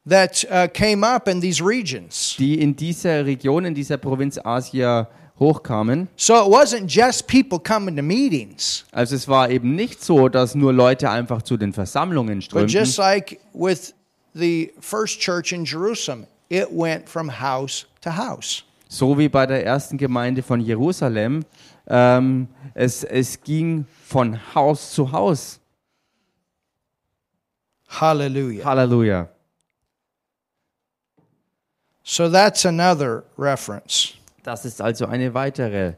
Speaker 1: That uh, came up in these regions.
Speaker 2: die in dieser Region, in dieser Provinz Asia hochkamen.
Speaker 1: So it wasn't just people coming to meetings,
Speaker 2: Also es war eben nicht so, dass nur Leute einfach zu den Versammlungen
Speaker 1: but
Speaker 2: strömten,
Speaker 1: just like with the first church in Jerusalem, it went from house to house.
Speaker 2: so wie bei der ersten Gemeinde von Jerusalem. Ähm, es, es ging von Haus zu Haus.
Speaker 1: Hallelujah.
Speaker 2: Halleluja.
Speaker 1: So that's another reference.
Speaker 2: Das ist also eine weitere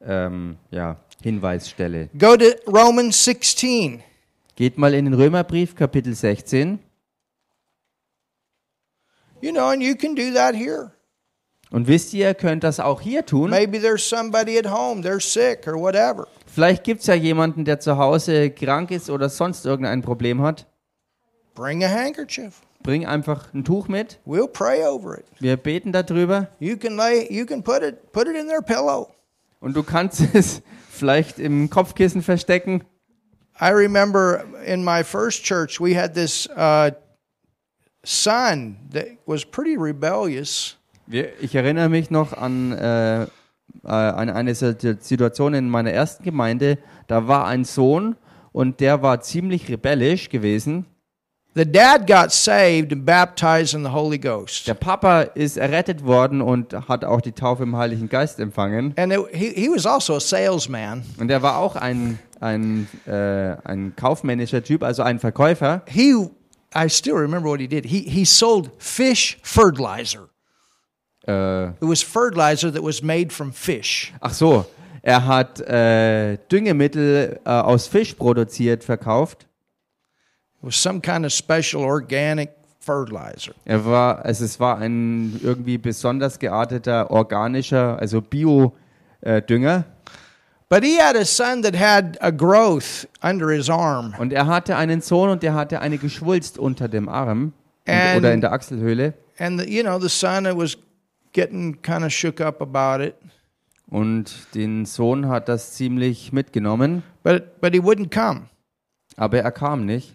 Speaker 2: ähm, ja, Hinweisstelle.
Speaker 1: Go to Romans 16.
Speaker 2: Geht mal in den Römerbrief, Kapitel 16.
Speaker 1: You know, and you can do that here.
Speaker 2: Und wisst ihr, ihr könnt das auch hier tun.
Speaker 1: Maybe there's somebody at home, they're sick or whatever.
Speaker 2: Vielleicht gibt es ja jemanden, der zu Hause krank ist oder sonst irgendein Problem hat.
Speaker 1: Bring a handkerchief.
Speaker 2: Bring einfach ein Tuch mit.
Speaker 1: We'll pray over it.
Speaker 2: Wir beten darüber.
Speaker 1: You can lay you can put it put it in their pillow.
Speaker 2: Und du kannst es vielleicht im Kopfkissen verstecken.
Speaker 1: I remember in my first church we had this uh, son that was pretty rebellious.
Speaker 2: Wir, ich erinnere mich noch an, äh, äh, an eine Situ- Situation in meiner ersten Gemeinde. Da war ein Sohn und der war ziemlich rebellisch gewesen.
Speaker 1: The dad got saved and baptized in the Holy Ghost.
Speaker 2: Der Papa ist errettet worden und hat auch die Taufe im Heiligen Geist empfangen.
Speaker 1: And it, he, he was also a salesman.
Speaker 2: Und er war auch ein ein, äh, ein kaufmännischer Typ, also ein Verkäufer.
Speaker 1: He, I still remember what he did. He, he sold fish fertilizer.
Speaker 2: Äh,
Speaker 1: It was fertilizer that was made from fish.
Speaker 2: ach so, er hat äh, Düngemittel äh, aus Fisch produziert, verkauft.
Speaker 1: It was some kind of special organic fertilizer.
Speaker 2: Er war, also es war ein irgendwie besonders gearteter organischer, also äh, Bio-Dünger.
Speaker 1: But he had a son that had a growth under his arm.
Speaker 2: Und er hatte einen Sohn und der hatte eine Geschwulst unter dem Arm und,
Speaker 1: Ähm.
Speaker 2: oder in der Achselhöhle.
Speaker 1: And, the, you know, the son was getting kind of shook up about it.
Speaker 2: Und den Sohn hat das ziemlich mitgenommen,
Speaker 1: But, but he wouldn't come.
Speaker 2: aber er kam nicht.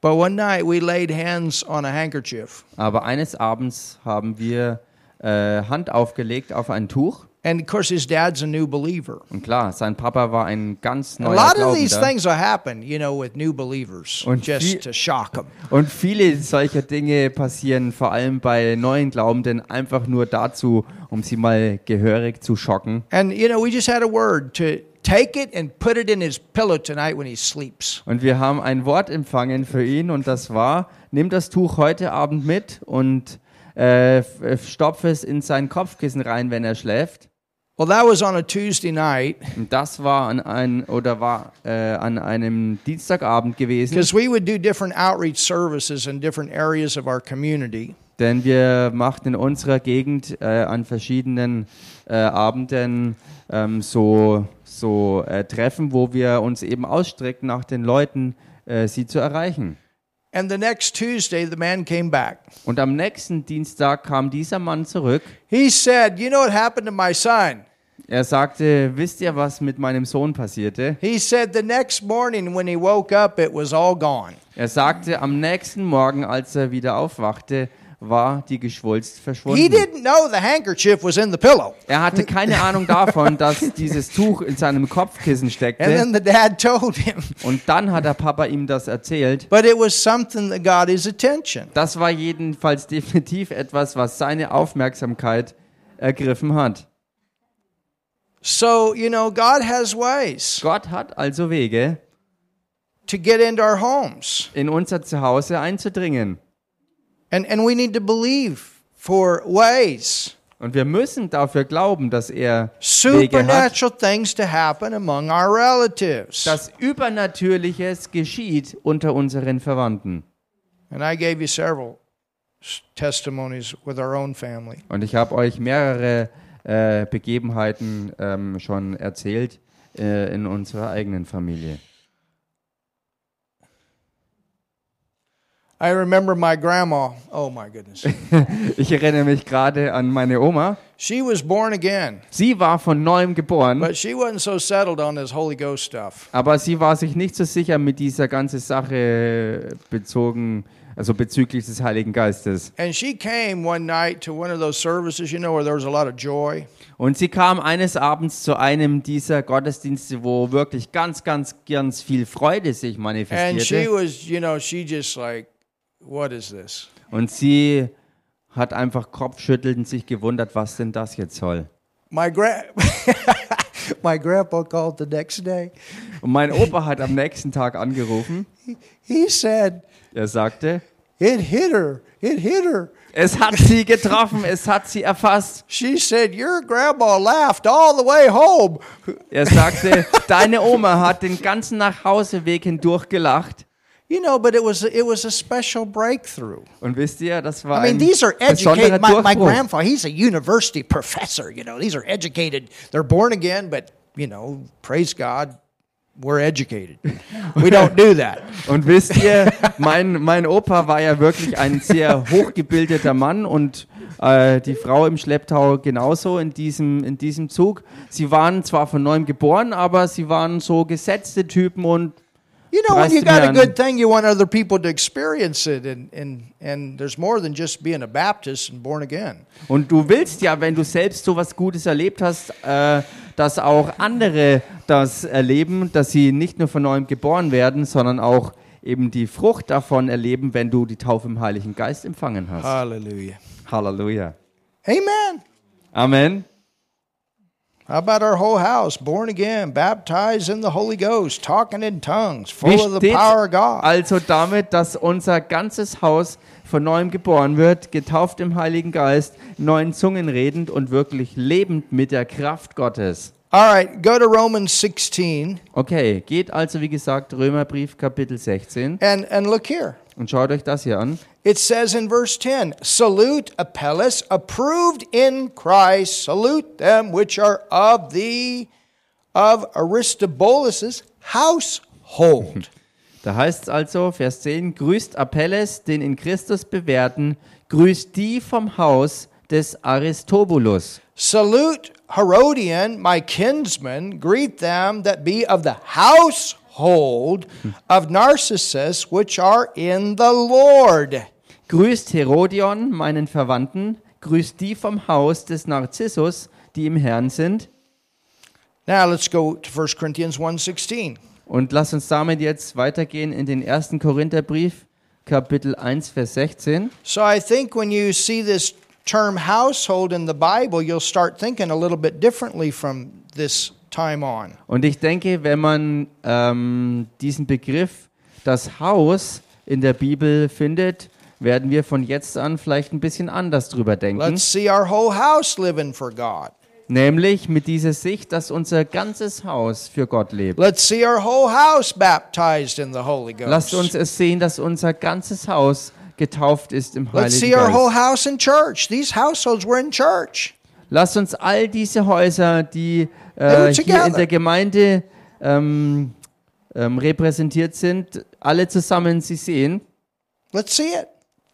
Speaker 1: But one night we laid hands on a handkerchief.
Speaker 2: Aber eines Abends haben wir äh, Hand aufgelegt auf ein Tuch.
Speaker 1: And of course, his dad's a new believer.
Speaker 2: Und klar, sein Papa war ein ganz
Speaker 1: A
Speaker 2: neuer
Speaker 1: lot of these
Speaker 2: Glaubender.
Speaker 1: things will happen, you know, with new believers,
Speaker 2: Und viel-
Speaker 1: just to shock them.
Speaker 2: Und viele solcher Dinge passieren vor allem bei neuen Glaubenden einfach nur dazu, um sie mal gehörig zu schocken.
Speaker 1: And, you know, we just had a word to take it and put it in his pillow tonight when he sleeps.
Speaker 2: Und wir haben ein Wort empfangen für ihn und das war, nimm das Tuch heute Abend mit und äh, f- äh, stopf es in sein Kopfkissen rein, wenn er schläft.
Speaker 1: Well, that was on a Tuesday night
Speaker 2: Und das war an, ein, oder war, äh, an einem Dienstagabend gewesen,
Speaker 1: because we would do different outreach services in different areas of our community.
Speaker 2: denn wir machten in unserer Gegend äh, an verschiedenen äh, Abenden ähm, so, so äh, Treffen, wo wir uns eben ausstrecken nach den Leuten, äh, sie zu erreichen.
Speaker 1: And the next Tuesday, the man came back.
Speaker 2: Und am nächsten Dienstag kam dieser Mann zurück
Speaker 1: He said, You know what happened to my son?
Speaker 2: Er sagte, wisst ihr, was mit meinem Sohn passierte?
Speaker 1: He said, The next morning when he woke up, it was all gone.
Speaker 2: Er sagte, am nächsten Morgen, als er wieder aufwachte, war die Geschwulst
Speaker 1: He
Speaker 2: verschwunden.
Speaker 1: didn't know the handkerchief was in the pillow.
Speaker 2: Er hatte keine Ahnung davon, dass dieses Tuch in seinem Kopfkissen
Speaker 1: And
Speaker 2: steckte.
Speaker 1: then the dad told him.
Speaker 2: Und dann hat der Papa ihm das erzählt.
Speaker 1: But it was something that got his attention.
Speaker 2: Das war jedenfalls definitiv etwas, was seine Aufmerksamkeit ergriffen hat.
Speaker 1: So, you know, God has ways
Speaker 2: Gott hat also Wege,
Speaker 1: to get into our homes.
Speaker 2: in unser Zuhause einzudringen.
Speaker 1: And, and we need to believe for ways,
Speaker 2: Und wir müssen dafür glauben, dass er Wege hat.
Speaker 1: supernatural things to happen among our relatives.
Speaker 2: dass Übernatürliches geschieht unter unseren Verwandten.
Speaker 1: And I gave you several s- testimonies with our own family.
Speaker 2: Und ich habe euch mehrere äh, Begebenheiten ähm, schon erzählt äh, in unserer eigenen Familie.
Speaker 1: I remember my grandma. Oh, my goodness.
Speaker 2: Ich erinnere mich gerade an meine Oma.
Speaker 1: she was born again,
Speaker 2: Sie war von neuem geboren,
Speaker 1: but she wasn't so settled on this Holy Ghost stuff.
Speaker 2: aber sie war sich nicht so sicher mit dieser ganzen Sache bezogen, also bezüglich des Heiligen Geistes.
Speaker 1: And she came one night to one of those services, you know, where there was a lot of joy.
Speaker 2: Und sie kam eines Abends zu einem dieser Gottesdienste, wo wirklich ganz, ganz, ganz viel Freude sich
Speaker 1: And
Speaker 2: manifestierte.
Speaker 1: she was, you know, she just like, what is this?
Speaker 2: Und sie hat einfach kopfschüttelnd sich gewundert, was denn das jetzt soll.
Speaker 1: My gra- my grandpa called the next day.
Speaker 2: Und mein Opa hat am nächsten Tag angerufen.
Speaker 1: He said,
Speaker 2: Er sagte,
Speaker 1: "It hit her. It hit her."
Speaker 2: es hat sie getroffen, es hat sie erfasst.
Speaker 1: She said, "Your grandma laughed all the way home."
Speaker 2: Er sagte, deine Oma hat den ganzen Nachhauseweg hindurch gelacht.
Speaker 1: You know, but it was it was a special breakthrough.
Speaker 2: Und wisst ihr, das war
Speaker 1: I mean,
Speaker 2: ein
Speaker 1: these are
Speaker 2: besonderer
Speaker 1: educated. My, my
Speaker 2: Durchbruch.
Speaker 1: grandfather, he's a university professor. You know, these are educated. They're born again, but you know, praise God, we're educated. We don't do that.
Speaker 2: Und wisst ihr, mein, mein Opa war ja wirklich ein sehr hochgebildeter Mann und äh, die Frau im Schlepptau genauso in diesem, in diesem Zug. Sie waren zwar von neuem geboren, aber sie waren so gesetzte Typen und
Speaker 1: You know, when you
Speaker 2: Preist
Speaker 1: got
Speaker 2: mir
Speaker 1: a
Speaker 2: an.
Speaker 1: good thing, you want other people to experience it, and and and there's more than just being a Baptist and born again.
Speaker 2: Und du willst ja, wenn du selbst so was Gutes erlebt hast, äh, dass auch andere das erleben, dass sie nicht nur von neuem geboren werden, sondern auch eben die Frucht davon erleben, wenn du die Taufe im Heiligen Geist empfangen hast.
Speaker 1: Hallelujah.
Speaker 2: Halleluja.
Speaker 1: Amen.
Speaker 2: Amen.
Speaker 1: How about our whole house, born again, baptized in the Holy Ghost, talking in tongues,
Speaker 2: Wie
Speaker 1: full of the
Speaker 2: steht
Speaker 1: power of God?
Speaker 2: also damit, dass unser ganzes Haus von neuem geboren wird, getauft im Heiligen Geist, in neuen Zungen redend und wirklich lebend mit der Kraft Gottes?
Speaker 1: All right, go to Romans 16
Speaker 2: Okay, geht also wie gesagt Römerbrief Kapitel 16
Speaker 1: and, and look here.
Speaker 2: und schaut euch das hier an.
Speaker 1: It says in verse 10 Salute Apelles, approved in Christ, salute them which are of the of Aristobulus' household.
Speaker 2: Da heißt es also, Vers 10, grüßt Apelles, den in Christus bewährten, grüßt die vom Haus des Aristobulus.
Speaker 1: salute Herodian, my kinsman, greet them that be of the household of Narcissus, which are in the Lord.
Speaker 2: Grüßt Herodion, meinen Verwandten, grüßt die vom Haus des Narzissus, die im Herrn sind.
Speaker 1: Now let's go to 1 Corinthians 1:16.
Speaker 2: Und lasst uns damit jetzt weitergehen in den ersten Korintherbrief, Kapitel 1, Vers 16.
Speaker 1: So I think when you see this term household in the Bible, you'll start thinking a little bit differently from this time on.
Speaker 2: Und ich denke, wenn man ähm, diesen Begriff, das Haus in der Bibel findet, werden wir von jetzt an vielleicht ein bisschen anders drüber denken.
Speaker 1: Let's see our whole house living for God.
Speaker 2: Nämlich mit dieser Sicht, dass unser ganzes Haus für Gott lebt.
Speaker 1: Let's see our whole house baptized in the Holy
Speaker 2: Lasst uns
Speaker 1: Ghost.
Speaker 2: es sehen, dass unser ganzes Haus getauft ist im
Speaker 1: Let's
Speaker 2: Heiligen
Speaker 1: see our whole
Speaker 2: Geist.
Speaker 1: house in church. These households were in church.
Speaker 2: Lasst uns all diese Häuser, die
Speaker 1: were
Speaker 2: äh, hier
Speaker 1: together.
Speaker 2: in der Gemeinde ähm, ähm, repräsentiert sind, alle zusammen sie sehen.
Speaker 1: Let's see it.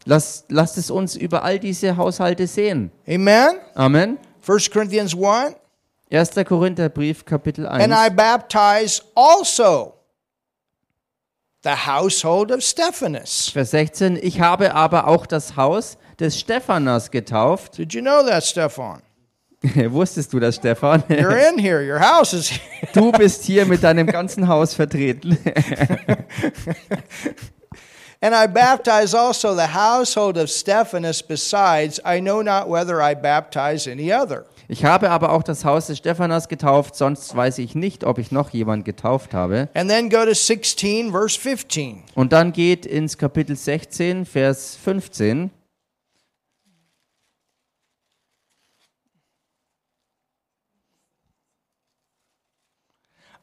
Speaker 2: Lasst, lasst es uns über all diese Haushalte sehen.
Speaker 1: Amen.
Speaker 2: Amen.
Speaker 1: 1 Corinthians 1.
Speaker 2: 1. Korintherbrief, Kapitel 1.
Speaker 1: And I baptize also the household of Stephanus.
Speaker 2: Vers 16. Ich habe aber auch das Haus des Stephanas getauft.
Speaker 1: Did you know that, Stefan?
Speaker 2: Wusstest du das, Stefan?
Speaker 1: You're in here. Your house is here.
Speaker 2: Du bist hier mit deinem ganzen Haus vertreten.
Speaker 1: And I baptize also the household of Stephanus besides. I know not whether I baptize any other.
Speaker 2: Ich habe aber auch das Haus des Stephanas getauft, sonst weiß ich nicht, ob ich noch jemand getauft habe.
Speaker 1: And then go to 16, verse 15.
Speaker 2: Und dann geht ins Kapitel 16, Vers 15.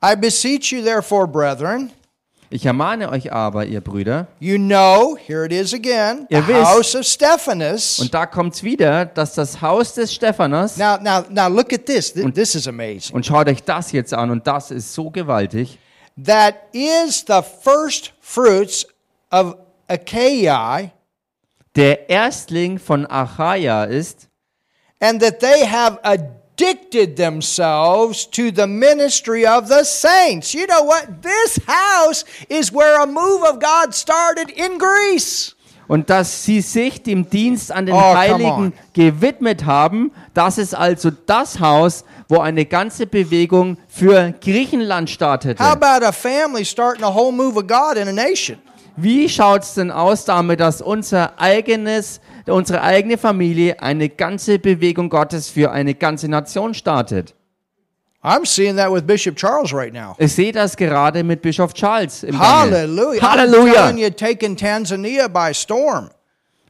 Speaker 1: I beseech you, therefore, brethren,
Speaker 2: Ich ermahne euch aber, ihr Brüder,
Speaker 1: you know, here it is again,
Speaker 2: Ihr
Speaker 1: the
Speaker 2: wisst.
Speaker 1: house of Stephanus.
Speaker 2: und da kommt's wieder, dass das Haus des Stephanas,
Speaker 1: Now, now, now, look at this. Th- This is amazing.
Speaker 2: und schaut euch das jetzt an, und das ist so gewaltig,
Speaker 1: That is the first fruits of Achaia,
Speaker 2: der Erstling von Achaia ist,
Speaker 1: and that they have addicted themselves to the ministry of the saints. You know what? This house is where a move of God started in Greece.
Speaker 2: Und dass sie sich dem Dienst an den
Speaker 1: Oh, come on.
Speaker 2: Heiligen gewidmet haben, das ist also das Haus, wo eine ganze Bewegung für Griechenland startete.
Speaker 1: How about a family starting a whole move of God in a nation?
Speaker 2: Wie schaut's denn aus damit, dass unser eigenes, unsere eigene Familie eine ganze Bewegung Gottes für eine ganze Nation startet?
Speaker 1: I'm seeing that with Bishop Charles right now.
Speaker 2: Ich sehe das gerade mit Bischof Charles im Gange.
Speaker 1: Hallelujah. I'm
Speaker 2: Halleluja.
Speaker 1: telling you, taking Tanzania by storm.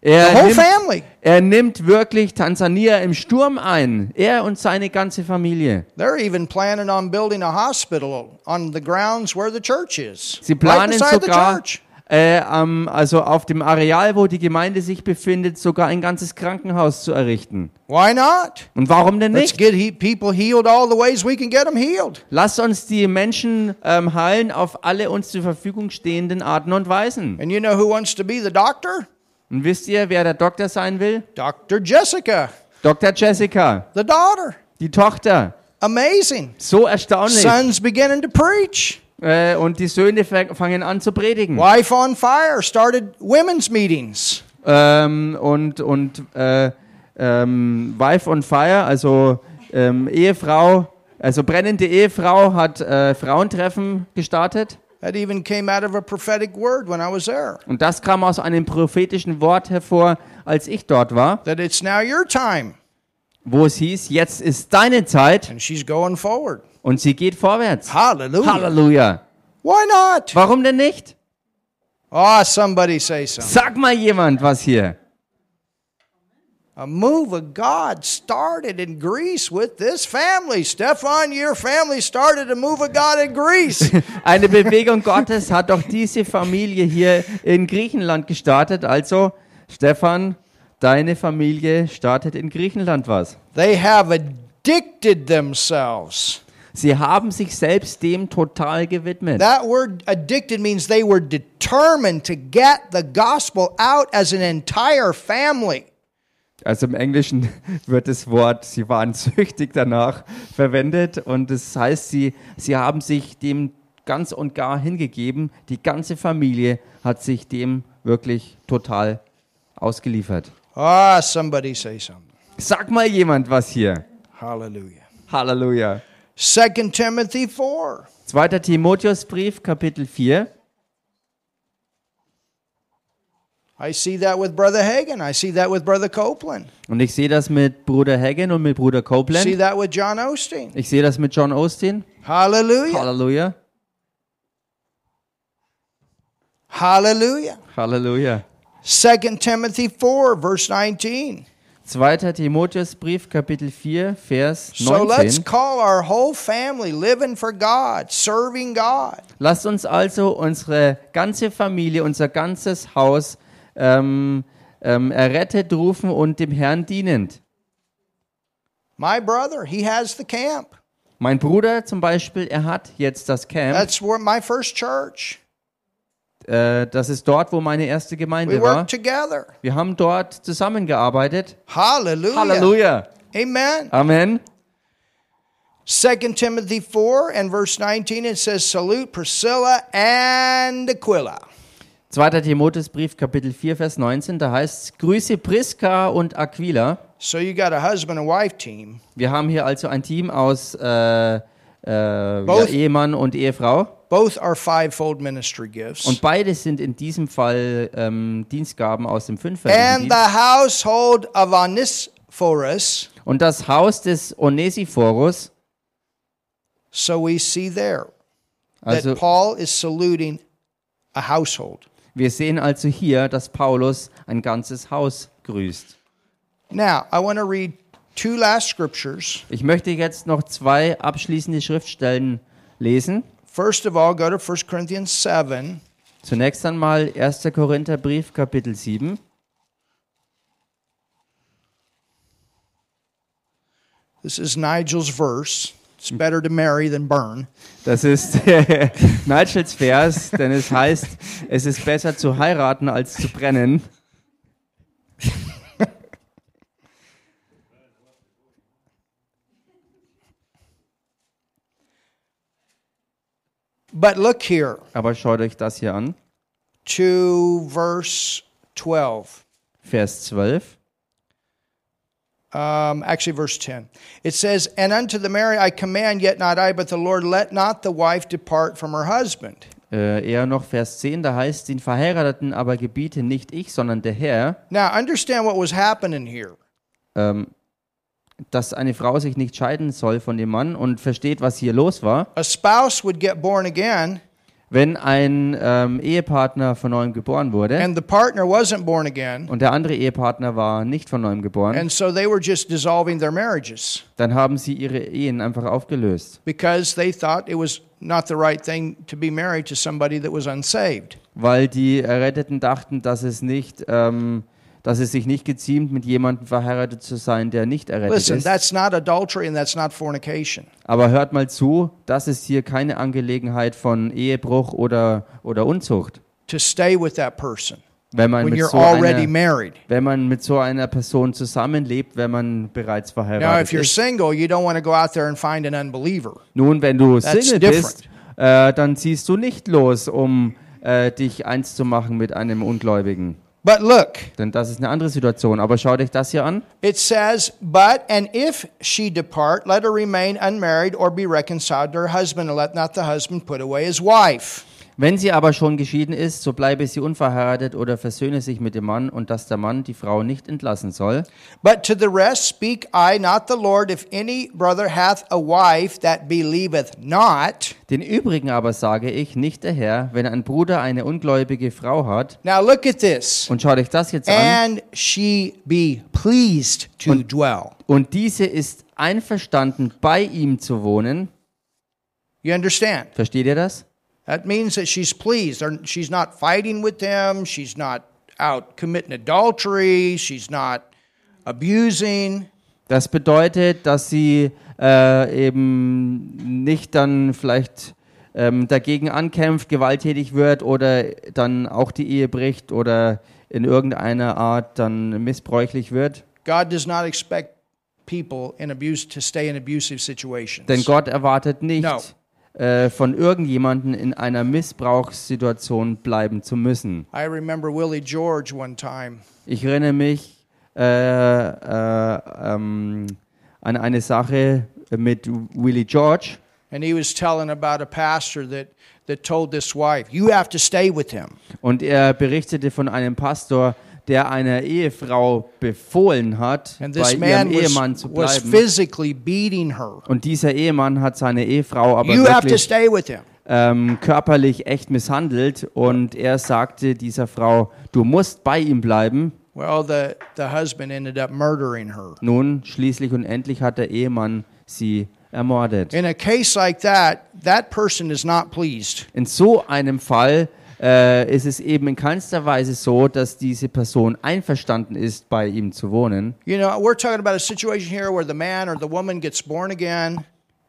Speaker 1: The
Speaker 2: Er
Speaker 1: whole
Speaker 2: nimmt,
Speaker 1: family.
Speaker 2: er nimmt wirklich Tansania im Sturm ein. Er und seine ganze Familie.
Speaker 1: They're even planning on building a hospital on the grounds where the church is.
Speaker 2: Sie
Speaker 1: right
Speaker 2: planen
Speaker 1: beside the
Speaker 2: sogar,
Speaker 1: church.
Speaker 2: äh, am- also auf dem Areal, wo die Gemeinde sich befindet, sogar ein ganzes Krankenhaus zu errichten.
Speaker 1: Why not?
Speaker 2: Und warum denn
Speaker 1: Let's
Speaker 2: nicht?
Speaker 1: get he- people healed all the ways we can get them healed.
Speaker 2: Lasst uns die Menschen ähm, heilen auf alle uns zur Verfügung stehenden Arten und Weisen.
Speaker 1: And you know who wants to be the doctor?
Speaker 2: Und wisst ihr, wer der Doktor sein will?
Speaker 1: Dr. Jessica,
Speaker 2: Dr. Jessica,
Speaker 1: the daughter.
Speaker 2: die Tochter.
Speaker 1: Amazing.
Speaker 2: So erstaunlich.
Speaker 1: Son's beginning to preach.
Speaker 2: Äh, und die Söhne fa- fangen an zu predigen.
Speaker 1: Wife on fire started women's meetings.
Speaker 2: Ähm, und und äh, ähm, Wife on Fire, also ähm, Ehefrau, also brennende Ehefrau hat äh, Frauentreffen gestartet.
Speaker 1: That even came out of a prophetic word when I was there.
Speaker 2: Und das kam aus einem prophetischen Wort hervor, als ich dort war.
Speaker 1: That it's now your time.
Speaker 2: wo es hieß, jetzt ist deine Zeit
Speaker 1: and she's going forward.
Speaker 2: und sie geht vorwärts.
Speaker 1: Hallelujah.
Speaker 2: Halleluja.
Speaker 1: Why not?
Speaker 2: Warum denn nicht?
Speaker 1: Ah, somebody say something.
Speaker 2: Sag mal jemand was hier.
Speaker 1: A move of God started in Greece with this family. Stefan, your family started a move of God in Greece.
Speaker 2: Eine Bewegung Gottes hat doch diese Familie hier in Griechenland gestartet. Also, Stefan, deine Familie startet in Griechenland was.
Speaker 1: they have addicted themselves.
Speaker 2: Sie haben sich selbst dem total gewidmet.
Speaker 1: That word addicted means they were determined to get the gospel out as an entire family.
Speaker 2: Also im Englischen wird das Wort, sie waren süchtig danach verwendet und das heißt, sie, sie haben sich dem ganz und gar hingegeben. Die ganze Familie hat sich dem wirklich total ausgeliefert.
Speaker 1: Ah, somebody say something.
Speaker 2: Sag mal jemand was hier.
Speaker 1: Hallelujah.
Speaker 2: Halleluja.
Speaker 1: 2 Timothy 4.
Speaker 2: 2. Timotheusbrief, Kapitel 4.
Speaker 1: I see that with Brother Hagan. I see that with Brother Copeland.
Speaker 2: Und ich sehe das mit Bruder Hagen und mit Bruder
Speaker 1: See
Speaker 2: Copeland.
Speaker 1: that with John Osteen.
Speaker 2: Ich sehe das mit John Austin.
Speaker 1: Hallelujah.
Speaker 2: Halleluja.
Speaker 1: Hallelujah.
Speaker 2: Halleluja.
Speaker 1: 2 Timothy 4, verse 19.
Speaker 2: 2. Timotheusbrief, Kapitel 4, Vers
Speaker 1: So let's
Speaker 2: 19.
Speaker 1: call our whole family living for God, serving God.
Speaker 2: Lasst uns also unsere ganze Familie, unser ganzes Haus ähm, ähm, errettet rufen und dem Herrn dienend.
Speaker 1: My brother, he has the camp.
Speaker 2: Mein Bruder zum Beispiel, er hat jetzt das Camp.
Speaker 1: That's where my first church.
Speaker 2: Äh, das ist dort, wo meine erste
Speaker 1: We
Speaker 2: Gemeinde war.
Speaker 1: work together.
Speaker 2: Wir haben dort zusammengearbeitet.
Speaker 1: Hallelujah.
Speaker 2: Halleluja.
Speaker 1: Amen.
Speaker 2: Amen.
Speaker 1: 2 Timothy 4 and verse 19, it says, Salute Priscilla and Aquila.
Speaker 2: 2. Timotheusbrief, Kapitel 4, Vers 19, da heißt es, Grüße Priska und Aquila.
Speaker 1: So you got a husband and wife team.
Speaker 2: Wir haben hier also ein Team aus äh, äh, ja,
Speaker 1: Both.
Speaker 2: Ehemann und Ehefrau.
Speaker 1: Both are fivefold ministry gifts.
Speaker 2: Und beide sind in diesem Fall ähm, Dienstgaben aus dem fünffälligen
Speaker 1: and
Speaker 2: Dienst.
Speaker 1: the household of Onesiphorus.
Speaker 2: Und das Haus des Onesiphorus,
Speaker 1: So we see there that
Speaker 2: also
Speaker 1: Paul is saluting a household.
Speaker 2: wir sehen also hier, dass Paulus ein ganzes Haus grüßt.
Speaker 1: Now, I want to read two last scriptures.
Speaker 2: Ich möchte jetzt noch zwei abschließende Schriftstellen lesen.
Speaker 1: First of all, go to 1 Corinthians 7.
Speaker 2: Zunächst einmal 1. Korintherbrief, Kapitel 7.
Speaker 1: This is Nigel's verse. It's better to marry than burn.
Speaker 2: Das ist Nigels Vers, denn es heißt, es ist besser zu heiraten als zu brennen.
Speaker 1: But look here
Speaker 2: Aber schaut euch das hier an.
Speaker 1: to verse 12.
Speaker 2: Vers 12.
Speaker 1: um, actually verse 10 it says and unto the mary i command yet not i but the lord let not the wife depart from her husband
Speaker 2: Äh, eher noch Vers 10, da heißt, den Verheirateten aber gebiete nicht ich, sondern der Herr,
Speaker 1: now understand what was happening here
Speaker 2: ähm, dass eine Frau sich nicht scheiden soll von dem Mann und versteht, was hier los war.
Speaker 1: a spouse would get born again
Speaker 2: Wenn ein ähm, Ehepartner von neuem geboren wurde
Speaker 1: and the partner wasn't born again
Speaker 2: und der andere Ehepartner war nicht von neuem geboren,
Speaker 1: and so they were just dissolving their marriages
Speaker 2: dann haben sie ihre Ehen einfach aufgelöst.
Speaker 1: because they thought it was not the right thing to be married to somebody that was unsaved
Speaker 2: weil die Erretteten dachten, dass es nicht, ähm, dass es sich nicht geziemt, mit jemandem verheiratet zu sein, der nicht errettet
Speaker 1: listen
Speaker 2: ist.
Speaker 1: that's not adultery and that's not fornication
Speaker 2: Aber hört mal zu, das ist hier keine Angelegenheit von Ehebruch oder, oder Unzucht.
Speaker 1: to stay with that person
Speaker 2: Wenn man,
Speaker 1: when
Speaker 2: mit
Speaker 1: you're
Speaker 2: so
Speaker 1: already
Speaker 2: einer,
Speaker 1: married
Speaker 2: wenn man mit so einer Person zusammenlebt, wenn man bereits
Speaker 1: now if
Speaker 2: verheiratet
Speaker 1: you're
Speaker 2: ist.
Speaker 1: single you don't want to go out there and find an unbeliever
Speaker 2: Nun, wenn du
Speaker 1: That's
Speaker 2: Single bist, äh, dann ziehst du nicht los, um äh, dich eins zu machen mit einem Ungläubigen.
Speaker 1: But look,
Speaker 2: Denn das ist eine andere Situation. Aber schau dich das hier an.
Speaker 1: it says, But and if she depart, let her remain unmarried or be reconciled to her husband, and let not the husband put away his wife.
Speaker 2: Wenn sie aber schon geschieden ist, so bleibe sie unverheiratet oder versöhne sich mit dem Mann und dass der Mann die Frau nicht entlassen soll.
Speaker 1: But to the rest speak I, not the Lord, if any brother hath a wife that believeth not.
Speaker 2: Den übrigen aber sage ich, nicht der Herr, wenn ein Bruder eine ungläubige Frau hat.
Speaker 1: Now look at this.
Speaker 2: Und schaut euch das jetzt an.
Speaker 1: And she be pleased to dwell.
Speaker 2: Und diese ist einverstanden, bei ihm zu wohnen.
Speaker 1: You understand?
Speaker 2: Versteht ihr das?
Speaker 1: That means that she's pleased. Or She's not fighting with them. She's not out committing adultery. She's not abusing.
Speaker 2: Das bedeutet, dass sie äh, eben nicht dann vielleicht ähm, dagegen ankämpft, gewalttätig wird oder dann auch die Ehe bricht oder in irgendeiner Art dann missbräuchlich wird.
Speaker 1: God does not expect people in abuse to stay in abusive situations.
Speaker 2: Denn Gott erwartet nicht,
Speaker 1: No.
Speaker 2: äh, von irgendjemandem in einer Missbrauchssituation bleiben zu müssen.
Speaker 1: I remember Willie George one time.
Speaker 2: Ich erinnere mich äh, äh, ähm, an eine Sache mit Willie George.
Speaker 1: And he was telling about a pastor that, that told this wife, You have to stay with him.
Speaker 2: Und er berichtete von einem Pastor, der einer Ehefrau befohlen hat,
Speaker 1: And
Speaker 2: bei
Speaker 1: this
Speaker 2: ihrem
Speaker 1: man
Speaker 2: Ehemann
Speaker 1: was,
Speaker 2: zu
Speaker 1: was
Speaker 2: bleiben.
Speaker 1: physically beating her.
Speaker 2: Und dieser Ehemann hat seine Ehefrau aber
Speaker 1: You have to
Speaker 2: wirklich
Speaker 1: stay with him.
Speaker 2: ähm, körperlich echt misshandelt. Und er sagte dieser Frau, du musst bei ihm bleiben.
Speaker 1: Well, the, the husband ended up murdering her.
Speaker 2: Nun, schließlich und endlich hat der Ehemann sie ermordet.
Speaker 1: In a case like that, that person is not pleased.
Speaker 2: In so einem Fall äh, ist es eben in keinster Weise so, dass diese Person einverstanden ist, bei ihm zu wohnen.
Speaker 1: You know, we're talking about a situation here where the man or the woman gets born again.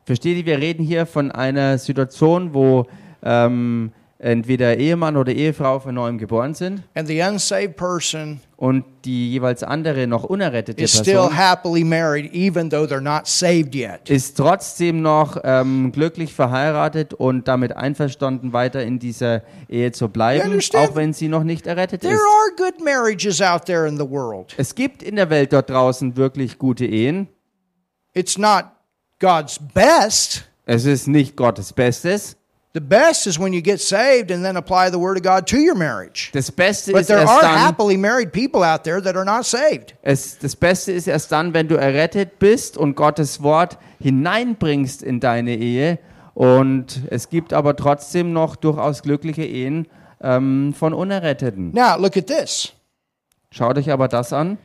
Speaker 2: Versteht ihr, wir reden hier von einer Situation, wo ähm, entweder Ehemann oder Ehefrau von neuem geboren sind
Speaker 1: and the unsaved person
Speaker 2: und die jeweils andere noch unerrettete
Speaker 1: is still
Speaker 2: Person
Speaker 1: happily married even though they're not saved yet.
Speaker 2: ist trotzdem noch ähm, glücklich verheiratet und damit einverstanden, weiter in dieser Ehe zu
Speaker 1: You
Speaker 2: bleiben,
Speaker 1: understand?
Speaker 2: auch wenn sie noch nicht errettet ist.
Speaker 1: There are good marriages out there in the world.
Speaker 2: Es gibt in der Welt dort draußen wirklich gute Ehen.
Speaker 1: It's not God's best.
Speaker 2: Es ist nicht Gottes Bestes.
Speaker 1: The best is when you get saved and then apply the word of God to your marriage.
Speaker 2: Das Beste
Speaker 1: But
Speaker 2: ist
Speaker 1: there
Speaker 2: erst
Speaker 1: are
Speaker 2: dann,
Speaker 1: happily married people out there that are not saved.
Speaker 2: Es, das Beste ist erst dann, wenn du errettet bist und Gottes Wort hineinbringst in deine Ehe. Und es gibt aber trotzdem noch durchaus glückliche Ehen ähm, von Unerretteten.
Speaker 1: Now, look at this.
Speaker 2: Schaut euch aber das an.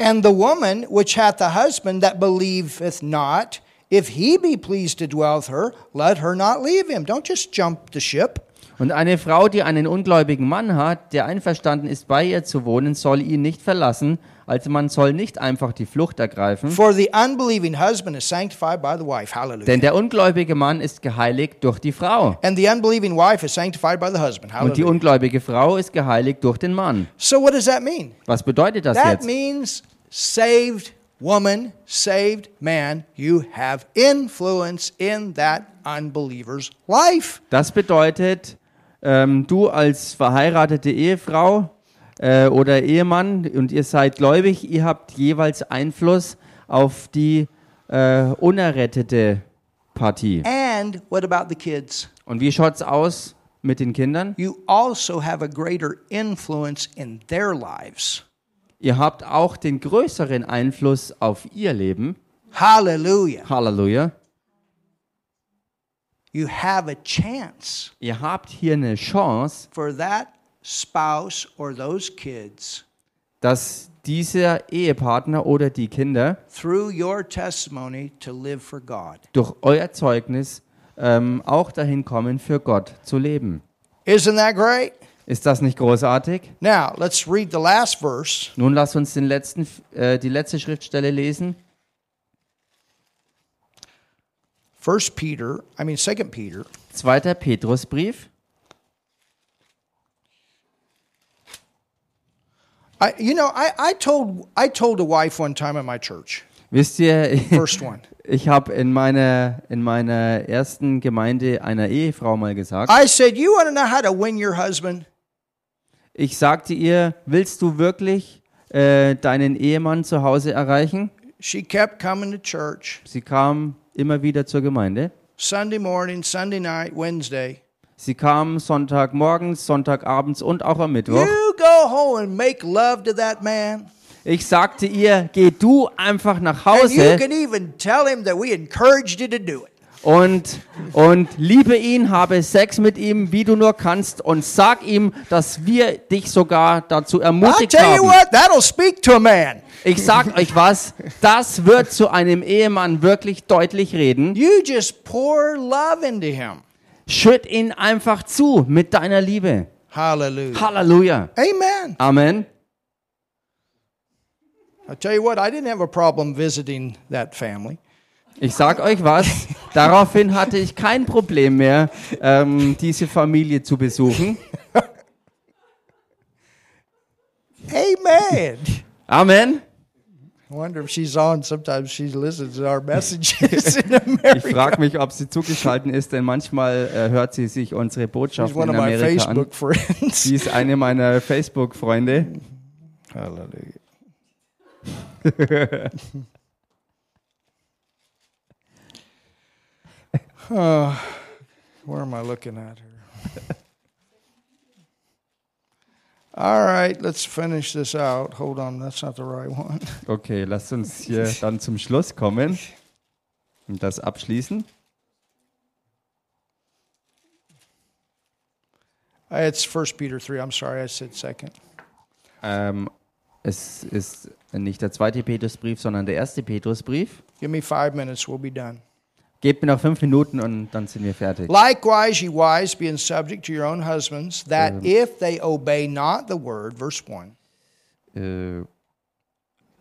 Speaker 1: And the woman which hath a husband that believeth not, if he be pleased to dwell with her, let her not leave him. Don't just jump the ship.
Speaker 2: Und eine Frau, die einen ungläubigen Mann hat, der einverstanden ist, bei ihr zu wohnen, soll ihn nicht verlassen. Also man soll nicht einfach die Flucht ergreifen.
Speaker 1: For the unbelieving husband is sanctified by the wife. Hallelujah.
Speaker 2: Denn der ungläubige Mann ist geheiligt durch die Frau.
Speaker 1: and the unbelieving wife is sanctified by the husband.
Speaker 2: Und die
Speaker 1: Hallelujah.
Speaker 2: ungläubige Frau ist geheiligt durch den Mann.
Speaker 1: So what does that mean?
Speaker 2: Was bedeutet das
Speaker 1: That
Speaker 2: jetzt?
Speaker 1: means saved woman, saved man, you have influence in that unbeliever's life.
Speaker 2: Das bedeutet, ähm, du als verheiratete Ehefrau äh, oder Ehemann und ihr seid gläubig, ihr habt jeweils Einfluss auf die äh, unerrettete Partie.
Speaker 1: And what about the kids?
Speaker 2: Und wie schaut's aus mit den Kindern?
Speaker 1: You also have a greater influence in their lives.
Speaker 2: Ihr habt auch den größeren Einfluss auf ihr Leben.
Speaker 1: Hallelujah.
Speaker 2: Halleluja.
Speaker 1: You have a chance
Speaker 2: Ihr habt hier eine Chance,
Speaker 1: for that spouse or those kids
Speaker 2: dass dieser Ehepartner oder die Kinder
Speaker 1: through your testimony to live for God.
Speaker 2: durch euer Zeugnis ähm, auch dahin kommen, für Gott zu leben.
Speaker 1: Isn't that great?
Speaker 2: Ist das nicht großartig?
Speaker 1: Now, let's read the last verse.
Speaker 2: Nun lass uns den letzten, äh, die letzte Schriftstelle lesen.
Speaker 1: 1 Peter, I mean 2 Peter.
Speaker 2: 2. Petrusbrief.
Speaker 1: I, you know, I, I told I told a wife one time at my church,
Speaker 2: Wisst ihr,
Speaker 1: first one.
Speaker 2: ich habe in meiner, in meiner ersten Gemeinde einer Ehefrau mal gesagt,
Speaker 1: I said, "You want to know how to win your husband?
Speaker 2: ich sagte ihr, willst du wirklich äh, deinen Ehemann zu Hause erreichen?
Speaker 1: She kept coming to church.
Speaker 2: Sie kam immer wieder zur Gemeinde.
Speaker 1: Sunday morning, Sunday night, Wednesday.
Speaker 2: Sie kamen Sonntagmorgens, Sonntagabends und auch am Mittwoch.
Speaker 1: You go home and make love to that man.
Speaker 2: Ich sagte ihr, geh du einfach nach
Speaker 1: And you
Speaker 2: Hause
Speaker 1: can even tell him that we encouraged you to do it.
Speaker 2: und, und liebe ihn, habe Sex mit ihm, wie du nur kannst und sag ihm, dass wir dich sogar dazu
Speaker 1: I'll
Speaker 2: ermutigt
Speaker 1: tell you
Speaker 2: haben.
Speaker 1: what, that'll speak to a man.
Speaker 2: Ich sag euch was, das wird zu einem Ehemann wirklich deutlich reden.
Speaker 1: You just pour love into him.
Speaker 2: Schütt ihn einfach zu mit deiner Liebe.
Speaker 1: Hallelujah.
Speaker 2: Halleluja.
Speaker 1: Amen.
Speaker 2: Amen.
Speaker 1: I'll tell you what, I didn't have a problem visiting that family.
Speaker 2: Ich sag euch was, daraufhin hatte ich kein Problem mehr, ähm, diese Familie zu besuchen.
Speaker 1: Amen.
Speaker 2: Amen.
Speaker 1: I wonder if she's on. Sometimes she listens to our messages in America.
Speaker 2: Ich frage mich, ob sie zugeschalten ist, denn manchmal äh, hört sie sich unsere
Speaker 1: She's
Speaker 2: Botschaften
Speaker 1: one
Speaker 2: in
Speaker 1: of my
Speaker 2: Amerika an.
Speaker 1: Facebook friends.
Speaker 2: Sie ist eine meiner Facebook-Freunde.
Speaker 1: Hallelujah. Oh, where am I looking at her? All right, let's finish this out. Hold on, that's not the right one.
Speaker 2: Okay, lasst uns hier dann zum Schluss kommen und das abschließen.
Speaker 1: Uh, It's First Peter three. I'm sorry, I said second.
Speaker 2: Ähm, es ist nicht der zweite Petrusbrief, sondern der erste Petrusbrief.
Speaker 1: Give me five minutes. We'll be done.
Speaker 2: Gebt mir noch fünf Minuten und dann sind wir fertig.
Speaker 1: Likewise, ye wives, being subject to your own husbands, that if they obey not the word, verse one
Speaker 2: Äh,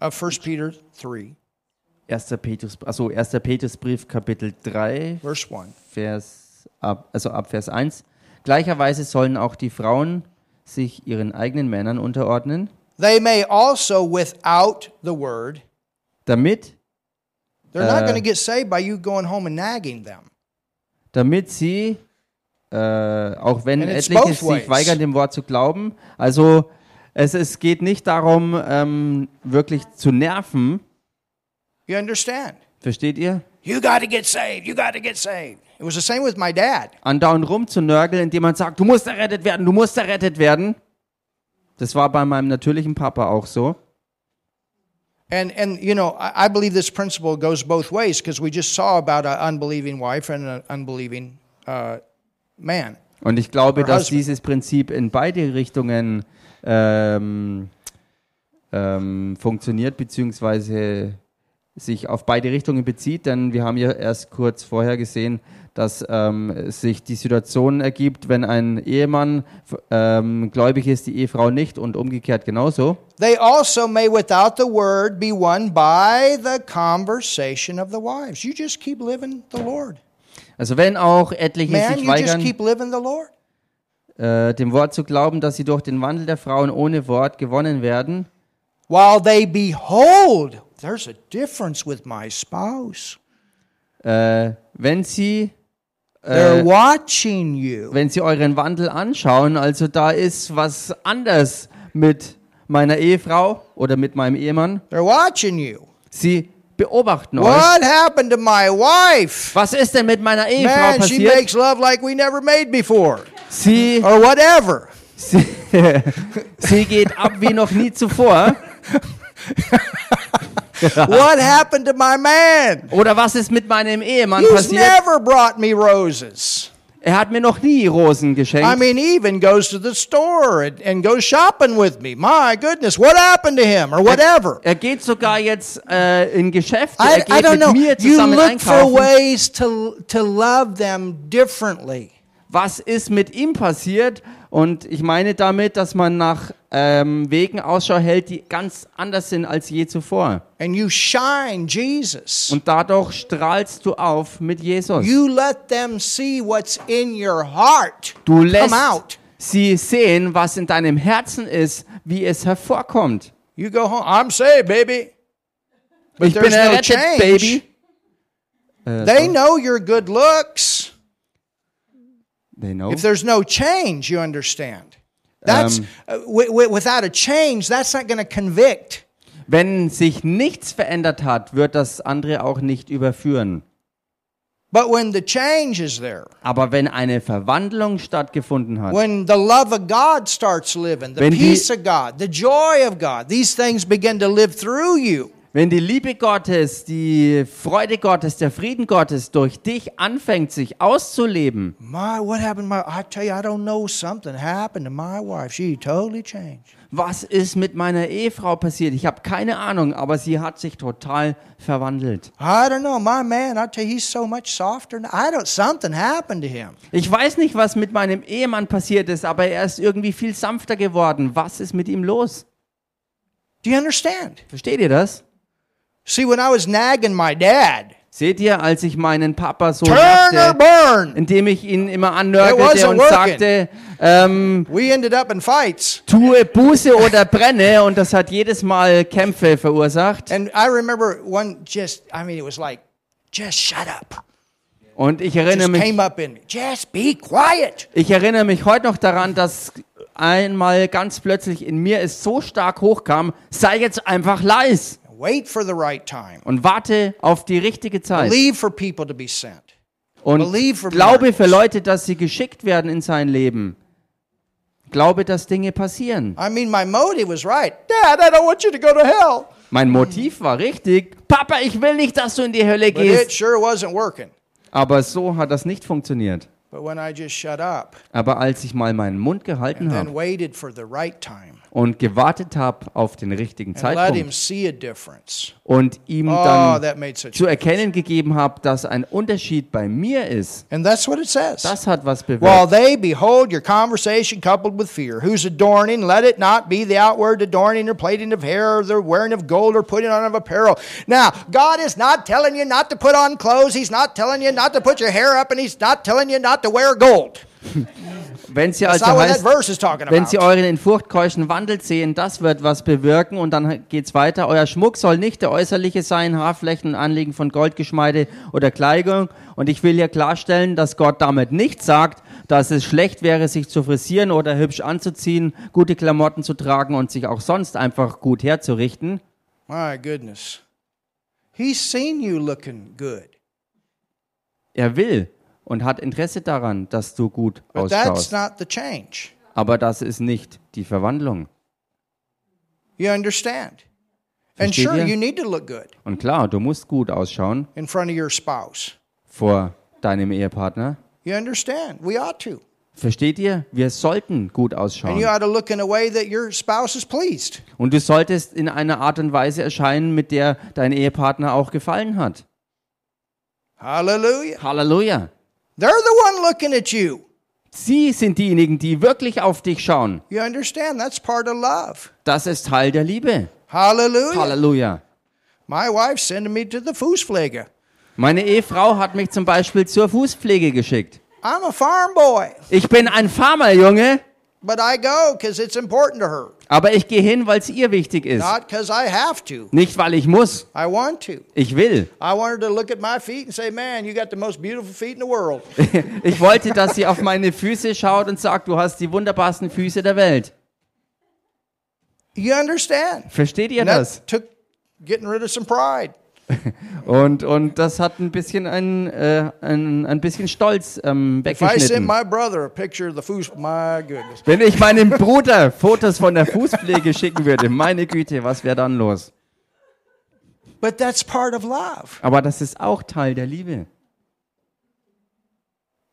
Speaker 1: of First Peter three,
Speaker 2: 1. Petrus, also 1. Petrusbrief, Kapitel 3,
Speaker 1: verse one.
Speaker 2: Vers, ab, also ab Vers 1. Gleicherweise sollen auch die Frauen sich ihren eigenen Männern unterordnen,
Speaker 1: They may also without the word.
Speaker 2: damit,
Speaker 1: They're not
Speaker 2: Uh,
Speaker 1: going to get saved by you going home and nagging them.
Speaker 2: damit sie, äh, auch wenn
Speaker 1: And it's
Speaker 2: etliche
Speaker 1: both ways.
Speaker 2: sich weigern, dem Wort zu glauben, also es, es geht nicht darum, ähm, wirklich zu nerven,
Speaker 1: You understand?
Speaker 2: versteht ihr?
Speaker 1: You got to get saved. You got to get saved. It was the same with my dad.
Speaker 2: Andauernd rumzunörgeln, indem man sagt, du musst errettet werden, du musst errettet werden. Das war bei meinem natürlichen Papa auch so.
Speaker 1: And, and you know, I, I believe this principle goes both ways because we just saw about an unbelieving wife and an unbelieving uh, man.
Speaker 2: Und ich glaube,
Speaker 1: Her
Speaker 2: dass
Speaker 1: husband.
Speaker 2: dieses Prinzip in beide Richtungen ähm, ähm, funktioniert, beziehungsweise sich auf beide Richtungen bezieht, denn wir haben ja erst kurz vorher gesehen, dass ähm, sich die Situation ergibt, wenn ein Ehemann f- ähm, gläubig ist, die Ehefrau nicht und umgekehrt genauso.
Speaker 1: They also may without the word be won by the conversation of the wives. You just keep living the Lord.
Speaker 2: Also wenn auch etliche
Speaker 1: Man,
Speaker 2: sich
Speaker 1: you just
Speaker 2: weigern,
Speaker 1: keep living the Lord.
Speaker 2: äh, dem Wort zu glauben, dass sie durch den Wandel der Frauen ohne Wort gewonnen werden,
Speaker 1: While they behold, there's a difference with my spouse.
Speaker 2: äh, wenn sie
Speaker 1: They're watching you.
Speaker 2: wenn sie euren Wandel anschauen, also da ist was anders mit meiner Ehefrau oder mit meinem Ehemann.
Speaker 1: They're watching you.
Speaker 2: Sie beobachten euch.
Speaker 1: What happened to my wife?
Speaker 2: Was ist denn mit meiner Ehefrau
Speaker 1: Man, she
Speaker 2: passiert?
Speaker 1: makes love like we never made before,
Speaker 2: Sie,
Speaker 1: or whatever.
Speaker 2: sie, sie geht ab wie noch nie zuvor.
Speaker 1: What happened to my man?
Speaker 2: Oder was ist mit meinem Ehemann
Speaker 1: He's
Speaker 2: passiert?
Speaker 1: never brought me roses.
Speaker 2: Er hat mir noch nie Rosen
Speaker 1: I
Speaker 2: geschenkt.
Speaker 1: mean, he even goes to the store and, and goes shopping with me. My goodness, what happened to him, or whatever?
Speaker 2: Er geht sogar jetzt äh, in Geschäfte. Er
Speaker 1: I, I
Speaker 2: geht
Speaker 1: don't know.
Speaker 2: mit mir
Speaker 1: You
Speaker 2: zusammen
Speaker 1: look for
Speaker 2: einkaufen.
Speaker 1: ways to, to love them differently.
Speaker 2: was ist mit ihm passiert? Und ich meine damit, dass man nach ähm, Wegen Ausschau hält, die ganz anders sind als je zuvor.
Speaker 1: And you shine Jesus.
Speaker 2: Und dadurch strahlst du auf mit Jesus.
Speaker 1: You let them see what's in your heart.
Speaker 2: Du
Speaker 1: Come
Speaker 2: lässt
Speaker 1: out.
Speaker 2: sie sehen, was in deinem Herzen ist, wie es hervorkommt.
Speaker 1: You go home. I'm saved, baby. But
Speaker 2: ich bin
Speaker 1: there's no
Speaker 2: errettet,
Speaker 1: change.
Speaker 2: Baby.
Speaker 1: They know your good looks.
Speaker 2: They know.
Speaker 1: If there's no change, you understand. That's
Speaker 2: Um,
Speaker 1: uh, wi- wi- without a change, that's not going to convict.
Speaker 2: Wenn sich nichts verändert hat, wird das andere auch nicht überführen.
Speaker 1: But when the change is there,
Speaker 2: Aber wenn eine Verwandlung stattgefunden hat,
Speaker 1: when the love of God starts living, the
Speaker 2: Wenn die-
Speaker 1: peace of God, the joy of God, these things begin to live through you.
Speaker 2: wenn die Liebe Gottes, die Freude Gottes, der Frieden Gottes durch dich anfängt, sich auszuleben,
Speaker 1: My, what happened? to My, I tell you, I don't know. Something happened to my wife. She totally changed.
Speaker 2: was ist mit meiner Ehefrau passiert? Ich habe keine Ahnung, aber sie hat sich total verwandelt.
Speaker 1: I don't know. My man, I tell you, he's so much softer. Now. I don't. Something happened to him.
Speaker 2: Ich weiß nicht, was mit meinem Ehemann passiert ist, aber er ist irgendwie viel sanfter geworden. Was ist mit ihm los?
Speaker 1: Do you understand?
Speaker 2: Versteht ihr das?
Speaker 1: See, when I was nagging my dad,
Speaker 2: Seht ihr, als ich meinen Papa so
Speaker 1: turn or
Speaker 2: nagte,
Speaker 1: burn,
Speaker 2: indem ich ihn immer
Speaker 1: It wasn't
Speaker 2: annörgelte und
Speaker 1: working.
Speaker 2: sagte, ähm,
Speaker 1: we ended up in fights.
Speaker 2: tue Buße oder brenne und das hat jedes Mal Kämpfe verursacht.
Speaker 1: And I remember one just, I mean, it was like, just shut up.
Speaker 2: Und ich
Speaker 1: Just
Speaker 2: erinnere mich,
Speaker 1: came up in me. Just be quiet.
Speaker 2: ich erinnere mich heute noch daran, dass einmal ganz plötzlich in mir es so stark hochkam, sei jetzt einfach leis
Speaker 1: Wait for the right time.
Speaker 2: und warte auf die richtige Zeit.
Speaker 1: Believe for people to be sent.
Speaker 2: Und
Speaker 1: Believe for
Speaker 2: glaube
Speaker 1: miracles.
Speaker 2: für Leute, dass sie geschickt werden in sein Leben. Glaube, dass Dinge passieren.
Speaker 1: I mean, my motive was right. Dad, I don't want you to go to hell.
Speaker 2: Mein Motiv war richtig. Papa, ich will nicht, dass du in die Hölle
Speaker 1: But it
Speaker 2: gehst.
Speaker 1: sure wasn't working.
Speaker 2: Aber so hat das nicht funktioniert.
Speaker 1: But when I just shut up
Speaker 2: Aber als ich mal meinen Mund gehalten
Speaker 1: and
Speaker 2: habe
Speaker 1: waited for the right time
Speaker 2: und gewartet habe auf den richtigen
Speaker 1: and let him
Speaker 2: Zeitpunkt
Speaker 1: see a difference,
Speaker 2: und ihm
Speaker 1: oh,
Speaker 2: dann
Speaker 1: that made such
Speaker 2: zu erkennen gegeben habe, dass ein Unterschied bei mir ist,
Speaker 1: And that's what it says.
Speaker 2: das hat was
Speaker 1: While
Speaker 2: bewirkt.
Speaker 1: they behold your conversation coupled with fear, whose adorning, let it not be the outward adorning or plating of hair or the wearing of gold or putting on of apparel. Now, God is not telling you not to put on clothes. He's not telling you not to put your hair up, and He's not telling you not to wear gold.
Speaker 2: Wenn sie
Speaker 1: That's
Speaker 2: also
Speaker 1: not what that
Speaker 2: heißt,
Speaker 1: verse is talking
Speaker 2: Wenn sie
Speaker 1: about.
Speaker 2: euren in Furcht keuschen Wandel sehen, das wird was bewirken und dann geht's weiter. Euer Schmuck soll nicht der äußerliche sein, Haarflächen und Anlegen von Goldgeschmeide oder Kleidung. Und ich will hier klarstellen, dass Gott damit nicht sagt, dass es schlecht wäre, sich zu frisieren oder hübsch anzuziehen, gute Klamotten zu tragen und sich auch sonst einfach gut herzurichten.
Speaker 1: My goodness. He's seen you looking good.
Speaker 2: Er will und hat Interesse daran, dass du gut
Speaker 1: But that's
Speaker 2: ausschaust.
Speaker 1: not the change.
Speaker 2: Aber das ist nicht die Verwandlung.
Speaker 1: You understand? And
Speaker 2: Versteht
Speaker 1: sure,
Speaker 2: ihr?
Speaker 1: you need to look good
Speaker 2: Und klar, du musst gut ausschauen
Speaker 1: in front of your spouse.
Speaker 2: vor deinem Ehepartner.
Speaker 1: You understand? We ought to.
Speaker 2: Versteht ihr? Wir sollten gut
Speaker 1: And you
Speaker 2: ausschauen.
Speaker 1: ought to look in a way that your spouse is pleased.
Speaker 2: Und du solltest in einer Art und Weise erscheinen, mit der dein Ehepartner auch gefallen hat.
Speaker 1: Hallelujah.
Speaker 2: Halleluja.
Speaker 1: They're the one looking at you.
Speaker 2: Sie sind diejenigen, die wirklich auf dich schauen.
Speaker 1: You understand? That's part of love.
Speaker 2: Das ist Teil der Liebe.
Speaker 1: Hallelujah.
Speaker 2: Halleluja.
Speaker 1: My wife's sending me to the Fußpflege.
Speaker 2: Meine Ehefrau hat mich zum Beispiel zur Fußpflege geschickt.
Speaker 1: I'm a farm boy,
Speaker 2: Ich bin ein Farmerjunge,
Speaker 1: but I go because it's important to her,
Speaker 2: aber ich gehe hin, weil es ihr wichtig ist.
Speaker 1: not because I have to.
Speaker 2: Nicht, weil ich muss.
Speaker 1: I want to.
Speaker 2: Ich will.
Speaker 1: I want her to look at my feet and say, Man, you got the most beautiful feet in the world.
Speaker 2: Ich wollte, dass sie auf meine Füße schaut und sagt, du hast die wunderbarsten Füße der Welt.
Speaker 1: You understand?
Speaker 2: Versteht ihr
Speaker 1: And that
Speaker 2: das?
Speaker 1: took getting rid of some pride.
Speaker 2: Und, und das hat ein bisschen ein, äh, ein, ein bisschen Stolz ähm,
Speaker 1: If I sent
Speaker 2: weggeschnitten.
Speaker 1: my brother a picture of the Fuß, my goodness.
Speaker 2: Wenn ich meinem Bruder Fotos von der Fußpflege schicken würde, meine Güte, was wäre dann los?
Speaker 1: But that's part of love.
Speaker 2: Aber das ist auch Teil der Liebe.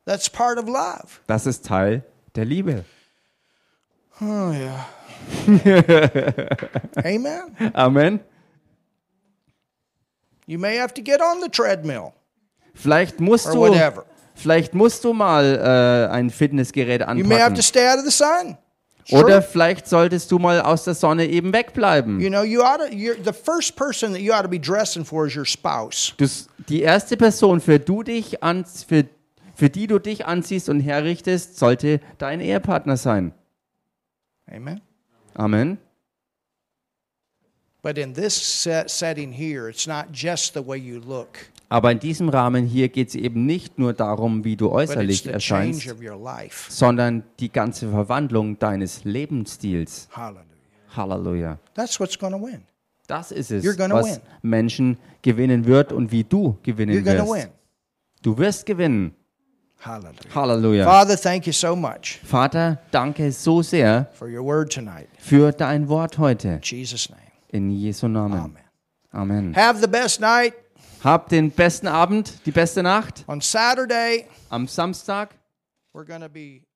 Speaker 1: That's part of love.
Speaker 2: Das ist Teil der Liebe.
Speaker 1: Oh, yeah. Amen.
Speaker 2: Amen.
Speaker 1: You may have to get on the treadmill
Speaker 2: Vielleicht musst
Speaker 1: or
Speaker 2: du,
Speaker 1: whatever.
Speaker 2: vielleicht musst du mal äh, ein Fitnessgerät
Speaker 1: You may have to
Speaker 2: anpacken.
Speaker 1: stay out of the sun.
Speaker 2: Oder
Speaker 1: Sure.
Speaker 2: vielleicht solltest du mal aus der Sonne eben wegbleiben.
Speaker 1: You know, you ought to, you're, the first person that you ought to be dressing for is your spouse.
Speaker 2: Du, s- die erste Person, für, du dich an, für, für die du dich anziehst und herrichtest, sollte dein Ehepartner sein.
Speaker 1: Amen.
Speaker 2: Amen.
Speaker 1: But in this set, setting here, it's not just the way you look,
Speaker 2: Aber in diesem Rahmen hier geht es eben nicht nur darum, wie du
Speaker 1: but it's
Speaker 2: äußerlich
Speaker 1: the change
Speaker 2: erscheinst,
Speaker 1: of your life.
Speaker 2: sondern die ganze Verwandlung deines Lebensstils.
Speaker 1: Hallelujah.
Speaker 2: Halleluja.
Speaker 1: That's what's going to win.
Speaker 2: Das ist es,
Speaker 1: You're gonna
Speaker 2: was
Speaker 1: win.
Speaker 2: Menschen gewinnen wird und wie du gewinnen
Speaker 1: You're going to
Speaker 2: wirst.
Speaker 1: win.
Speaker 2: Du wirst gewinnen.
Speaker 1: Hallelujah.
Speaker 2: Halleluja.
Speaker 1: Father, thank you so much
Speaker 2: Vater, danke so sehr
Speaker 1: for your word tonight.
Speaker 2: für dein Wort heute.
Speaker 1: In Jesus' name.
Speaker 2: In Jesu Namen.
Speaker 1: Amen.
Speaker 2: Amen.
Speaker 1: Have the best night
Speaker 2: Habt den besten Abend, die beste Nacht.
Speaker 1: on Saturday.
Speaker 2: Am Samstag
Speaker 1: We're going to be